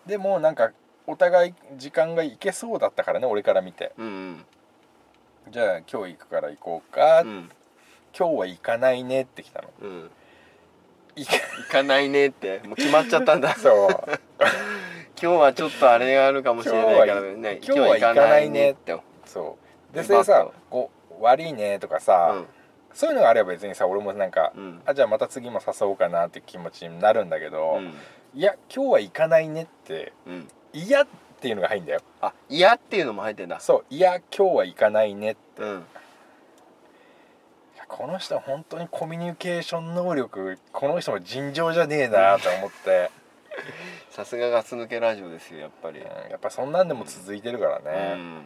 [SPEAKER 4] でもなんかお互い時間がいけそうだったからね俺から見て
[SPEAKER 3] うん
[SPEAKER 4] じゃあ今日行くから行こうか、
[SPEAKER 3] うん
[SPEAKER 4] 今日は行かないねって 来たの
[SPEAKER 3] うん
[SPEAKER 4] 行か
[SPEAKER 3] 行かないねってもう決まっちゃったんだ今
[SPEAKER 4] そう
[SPEAKER 3] 日はちょっとあれがあるかもしれないからね
[SPEAKER 4] 今日は行かないね
[SPEAKER 3] って
[SPEAKER 4] そうでそれさ
[SPEAKER 3] バカ
[SPEAKER 4] 「こう悪いね」とかさ、そういうのがあれば別にさ俺もなんか、
[SPEAKER 3] うん
[SPEAKER 4] あじゃあまた次も誘おうかなって気持ちになるんだけど、
[SPEAKER 3] うん
[SPEAKER 4] いや今日は行かないねって
[SPEAKER 3] うん
[SPEAKER 4] 嫌っていうのが入るんだよ
[SPEAKER 3] あ嫌っていうのも入ってんだ
[SPEAKER 4] そういや今日は行かないね
[SPEAKER 3] うん
[SPEAKER 4] いやこの人は本当にコミュニケーション能力この人も尋常じゃねえなと思って、
[SPEAKER 3] さすがガス抜けラジオですよやっぱり
[SPEAKER 4] うんやっぱそんなんでも続いてるから
[SPEAKER 3] う
[SPEAKER 4] ね
[SPEAKER 3] ん
[SPEAKER 4] うん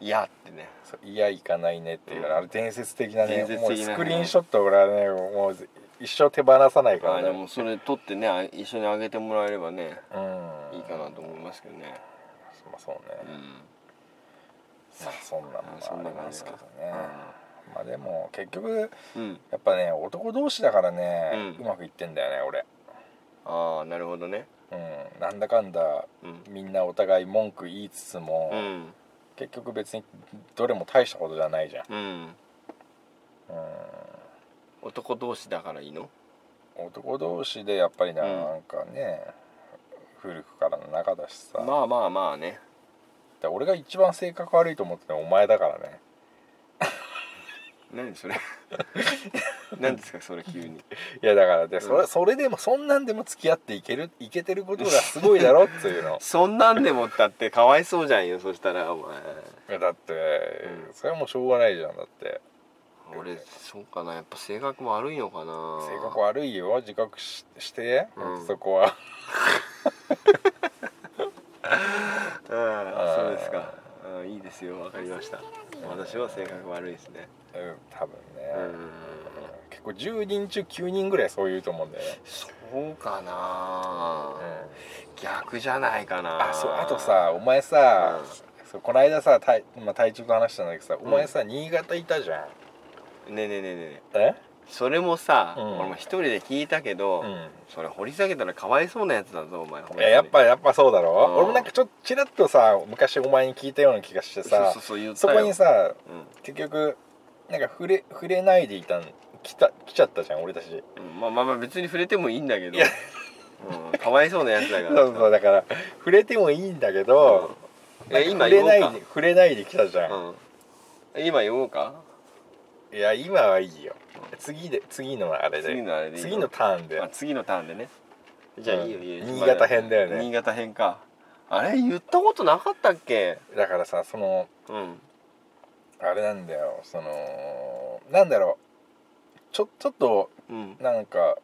[SPEAKER 3] 嫌ってね
[SPEAKER 4] そういや行かないねっていうから、あれ伝説的なね
[SPEAKER 3] 伝説
[SPEAKER 4] もう
[SPEAKER 3] 的なね
[SPEAKER 4] スクリーンショット俺はねもう一生手放さないか
[SPEAKER 3] あ
[SPEAKER 4] ら
[SPEAKER 3] で
[SPEAKER 4] ね
[SPEAKER 3] もそれ取ってねあ一緒にあげてもらえればね
[SPEAKER 4] うん
[SPEAKER 3] いいかなと思いますけどね
[SPEAKER 4] まあそうね、
[SPEAKER 3] うん
[SPEAKER 4] まあそんな
[SPEAKER 3] あそん
[SPEAKER 4] のも
[SPEAKER 3] な感
[SPEAKER 4] ありま
[SPEAKER 3] じ
[SPEAKER 4] す
[SPEAKER 3] か
[SPEAKER 4] けどねまあでも結局
[SPEAKER 3] うん
[SPEAKER 4] やっぱね男同士だからね、
[SPEAKER 3] う
[SPEAKER 4] うんまくいってんだよね俺
[SPEAKER 3] ああなるほどね
[SPEAKER 4] うん、なんだかんだ
[SPEAKER 3] うん
[SPEAKER 4] みんなお互い文句言いつつも、
[SPEAKER 3] うん
[SPEAKER 4] 結局別にどれも大したことじゃないじゃん、
[SPEAKER 3] うん
[SPEAKER 4] うん、
[SPEAKER 3] 男同士だからいいの
[SPEAKER 4] 男同士でやっぱりなんかね、古くからの仲だしさ、
[SPEAKER 3] まあまあまあね
[SPEAKER 4] で俺が一番性格悪いと思ってるのはお前だからね
[SPEAKER 3] 何 それ何ですかそれ急に
[SPEAKER 4] いやだからで、
[SPEAKER 3] ん
[SPEAKER 4] それそれでもそんなんでも付き合っていけるいけてることがすごいだろっていうの
[SPEAKER 3] そんなんでもったってかわいそうじゃんよそしたらお前
[SPEAKER 4] いやだって、
[SPEAKER 3] うん
[SPEAKER 4] それはもうしょうがないじゃんだって
[SPEAKER 3] 俺そうかなやっぱ性格悪いのかな
[SPEAKER 4] 性格悪いよ自覚しして、
[SPEAKER 3] うん
[SPEAKER 4] そこは
[SPEAKER 3] うんそうですかうんいいですよわかりました私は性格悪いですね
[SPEAKER 4] うん多分ね、
[SPEAKER 3] うん
[SPEAKER 4] 結構10人中9人ぐらいそう言うと思うんだよね、
[SPEAKER 3] そうかな逆じゃないかな
[SPEAKER 4] あそうあとさお前さ、そうこの間さ隊,、まあ、隊長と話したんだけどさお前さ、新潟いたじゃん
[SPEAKER 3] ねえねえねえねえねえ
[SPEAKER 4] え
[SPEAKER 3] それもさ、
[SPEAKER 4] うん
[SPEAKER 3] 俺も一人で聞いたけど、
[SPEAKER 4] うん
[SPEAKER 3] それ掘り下げたらかわいそうなやつだぞお前
[SPEAKER 4] いややっぱやっぱそうだろ、
[SPEAKER 3] うん
[SPEAKER 4] 俺もなんかちょっとちらっとさ昔お前に聞いたような気がして
[SPEAKER 3] そ
[SPEAKER 4] さ
[SPEAKER 3] うそうそう言った
[SPEAKER 4] そ
[SPEAKER 3] よ
[SPEAKER 4] こにさ
[SPEAKER 3] う
[SPEAKER 4] 結局なんか触れ触れないでいたん来た来ちゃったじゃん俺たち
[SPEAKER 3] んうんまあまあまあ別に触れてもいいんだけど、うん、かわいそうなやつだか
[SPEAKER 4] そう
[SPEAKER 3] ら
[SPEAKER 4] そうだから触れてもいいんだけど、
[SPEAKER 3] うんえ今
[SPEAKER 4] 触れ
[SPEAKER 3] 言お
[SPEAKER 4] な
[SPEAKER 3] う
[SPEAKER 4] い
[SPEAKER 3] か
[SPEAKER 4] で触れないで来たじゃん、
[SPEAKER 3] うん、今言おうか
[SPEAKER 4] いや今はいいよ次で次のあれで
[SPEAKER 3] 次のあれでいいの
[SPEAKER 4] 次のターンで
[SPEAKER 3] あ次のターンでねじゃあいいよいいよ、
[SPEAKER 4] うん新潟編だよね
[SPEAKER 3] 新潟編かあれ言ったことなかったっけ
[SPEAKER 4] だからさその
[SPEAKER 3] うん
[SPEAKER 4] あれなんだよそのなんだろうちょちょっと
[SPEAKER 3] うん
[SPEAKER 4] なんか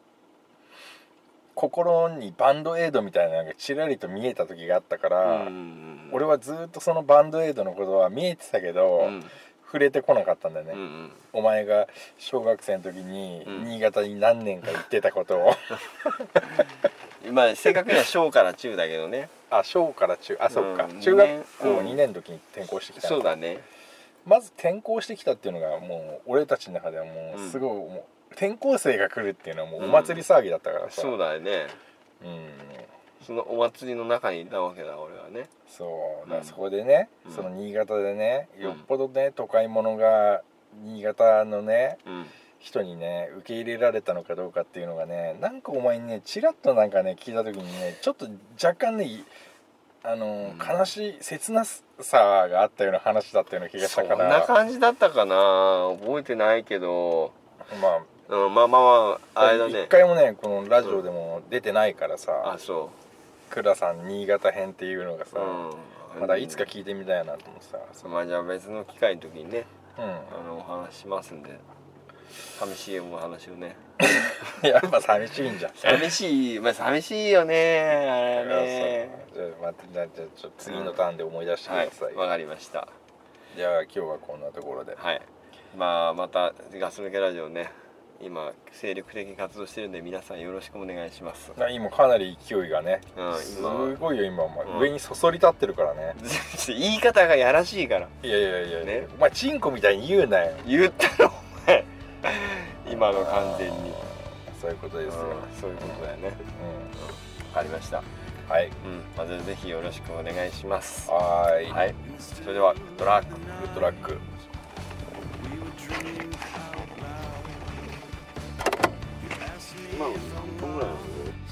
[SPEAKER 4] 心にバンドエイドみたいなのがちらりと見えた時があったから、
[SPEAKER 3] うん
[SPEAKER 4] 俺はずっとそのバンドエイドのことは見えてたけど、
[SPEAKER 3] うん
[SPEAKER 4] 触れてこなかったんだよね、
[SPEAKER 3] うんうん
[SPEAKER 4] お前が小学生の時に
[SPEAKER 3] うん
[SPEAKER 4] 新潟に何年か行ってたこと を
[SPEAKER 3] まあ正確には小から中だけど ね
[SPEAKER 4] あ小から中あそっか、
[SPEAKER 3] うん
[SPEAKER 4] 中学校
[SPEAKER 3] うん
[SPEAKER 4] 2年の時に転校してきたの
[SPEAKER 3] そうだね
[SPEAKER 4] まず転校してきたっていうのがもう俺たちの中ではもうすごい、もう転校生が来るっていうのはもうお祭り騒ぎだったからさ、
[SPEAKER 3] そうだよね
[SPEAKER 4] うん
[SPEAKER 3] そのお祭りの中にいたわけだ俺はね
[SPEAKER 4] そうだか
[SPEAKER 3] う
[SPEAKER 4] ら
[SPEAKER 3] ん
[SPEAKER 4] そこでね、
[SPEAKER 3] うん
[SPEAKER 4] その新潟でね
[SPEAKER 3] うん
[SPEAKER 4] よっぽどね都会者が新潟のね
[SPEAKER 3] うん
[SPEAKER 4] 人にね受け入れられたのかどうかっていうのがねなんかお前にねちらっとなんかね聞いた時にねちょっと若干ねいあの、
[SPEAKER 3] うん
[SPEAKER 4] 悲しい切なさがあったような話だったような気がし
[SPEAKER 3] そ
[SPEAKER 4] た
[SPEAKER 3] ん
[SPEAKER 4] から
[SPEAKER 3] な感じだったかな覚えてないけど、
[SPEAKER 4] ま
[SPEAKER 3] うん、まあまあまあ
[SPEAKER 4] あ
[SPEAKER 3] あれだね
[SPEAKER 4] 一回もねこのラジオでも出てないから
[SPEAKER 3] あ
[SPEAKER 4] さ
[SPEAKER 3] そ
[SPEAKER 4] 倉さん新潟編っていうのが
[SPEAKER 3] う
[SPEAKER 4] さ、
[SPEAKER 3] うん
[SPEAKER 4] まだいつか聞いてみたいなと思ってさ、
[SPEAKER 3] まあじゃあ別の機会の時にね
[SPEAKER 4] うん
[SPEAKER 3] あのお話しますんで寂しいお話をね
[SPEAKER 4] やっぱ寂しいんじゃん。
[SPEAKER 3] 寂 しいまあ寂しいよねあれね
[SPEAKER 4] そうじゃあ待ってじゃあじゃあちょっと次のターンで思い出してく
[SPEAKER 3] はい
[SPEAKER 4] ださい、
[SPEAKER 3] わかりました
[SPEAKER 4] じゃあ今日はこんなところで
[SPEAKER 3] はいまあまたガス抜けラジオね今精力的に活動してるんで皆さんよろしくお願いし ます
[SPEAKER 4] な今かなり勢いがね、
[SPEAKER 3] うん
[SPEAKER 4] す
[SPEAKER 3] 今は
[SPEAKER 4] ごいよ今、ま
[SPEAKER 3] うん
[SPEAKER 4] 上にそそり立ってるからね、
[SPEAKER 3] 言い方がやらしいから
[SPEAKER 4] いやいやいや、
[SPEAKER 3] ね
[SPEAKER 4] お前チンコみたいに言うなよ
[SPEAKER 3] 言ったろお前今の完全に
[SPEAKER 4] そういうこと
[SPEAKER 3] う
[SPEAKER 4] で
[SPEAKER 3] ん
[SPEAKER 4] すよ、
[SPEAKER 3] そういうことだよね
[SPEAKER 4] う
[SPEAKER 3] ありました
[SPEAKER 4] ん、はい
[SPEAKER 3] うんまずぜひよろしくお願いします
[SPEAKER 4] はーい
[SPEAKER 3] はいそれではドラッグ
[SPEAKER 4] グッドラック
[SPEAKER 5] We would dream out loud. You asked me
[SPEAKER 3] まあ
[SPEAKER 5] if I'm
[SPEAKER 3] どんぐらい
[SPEAKER 5] around.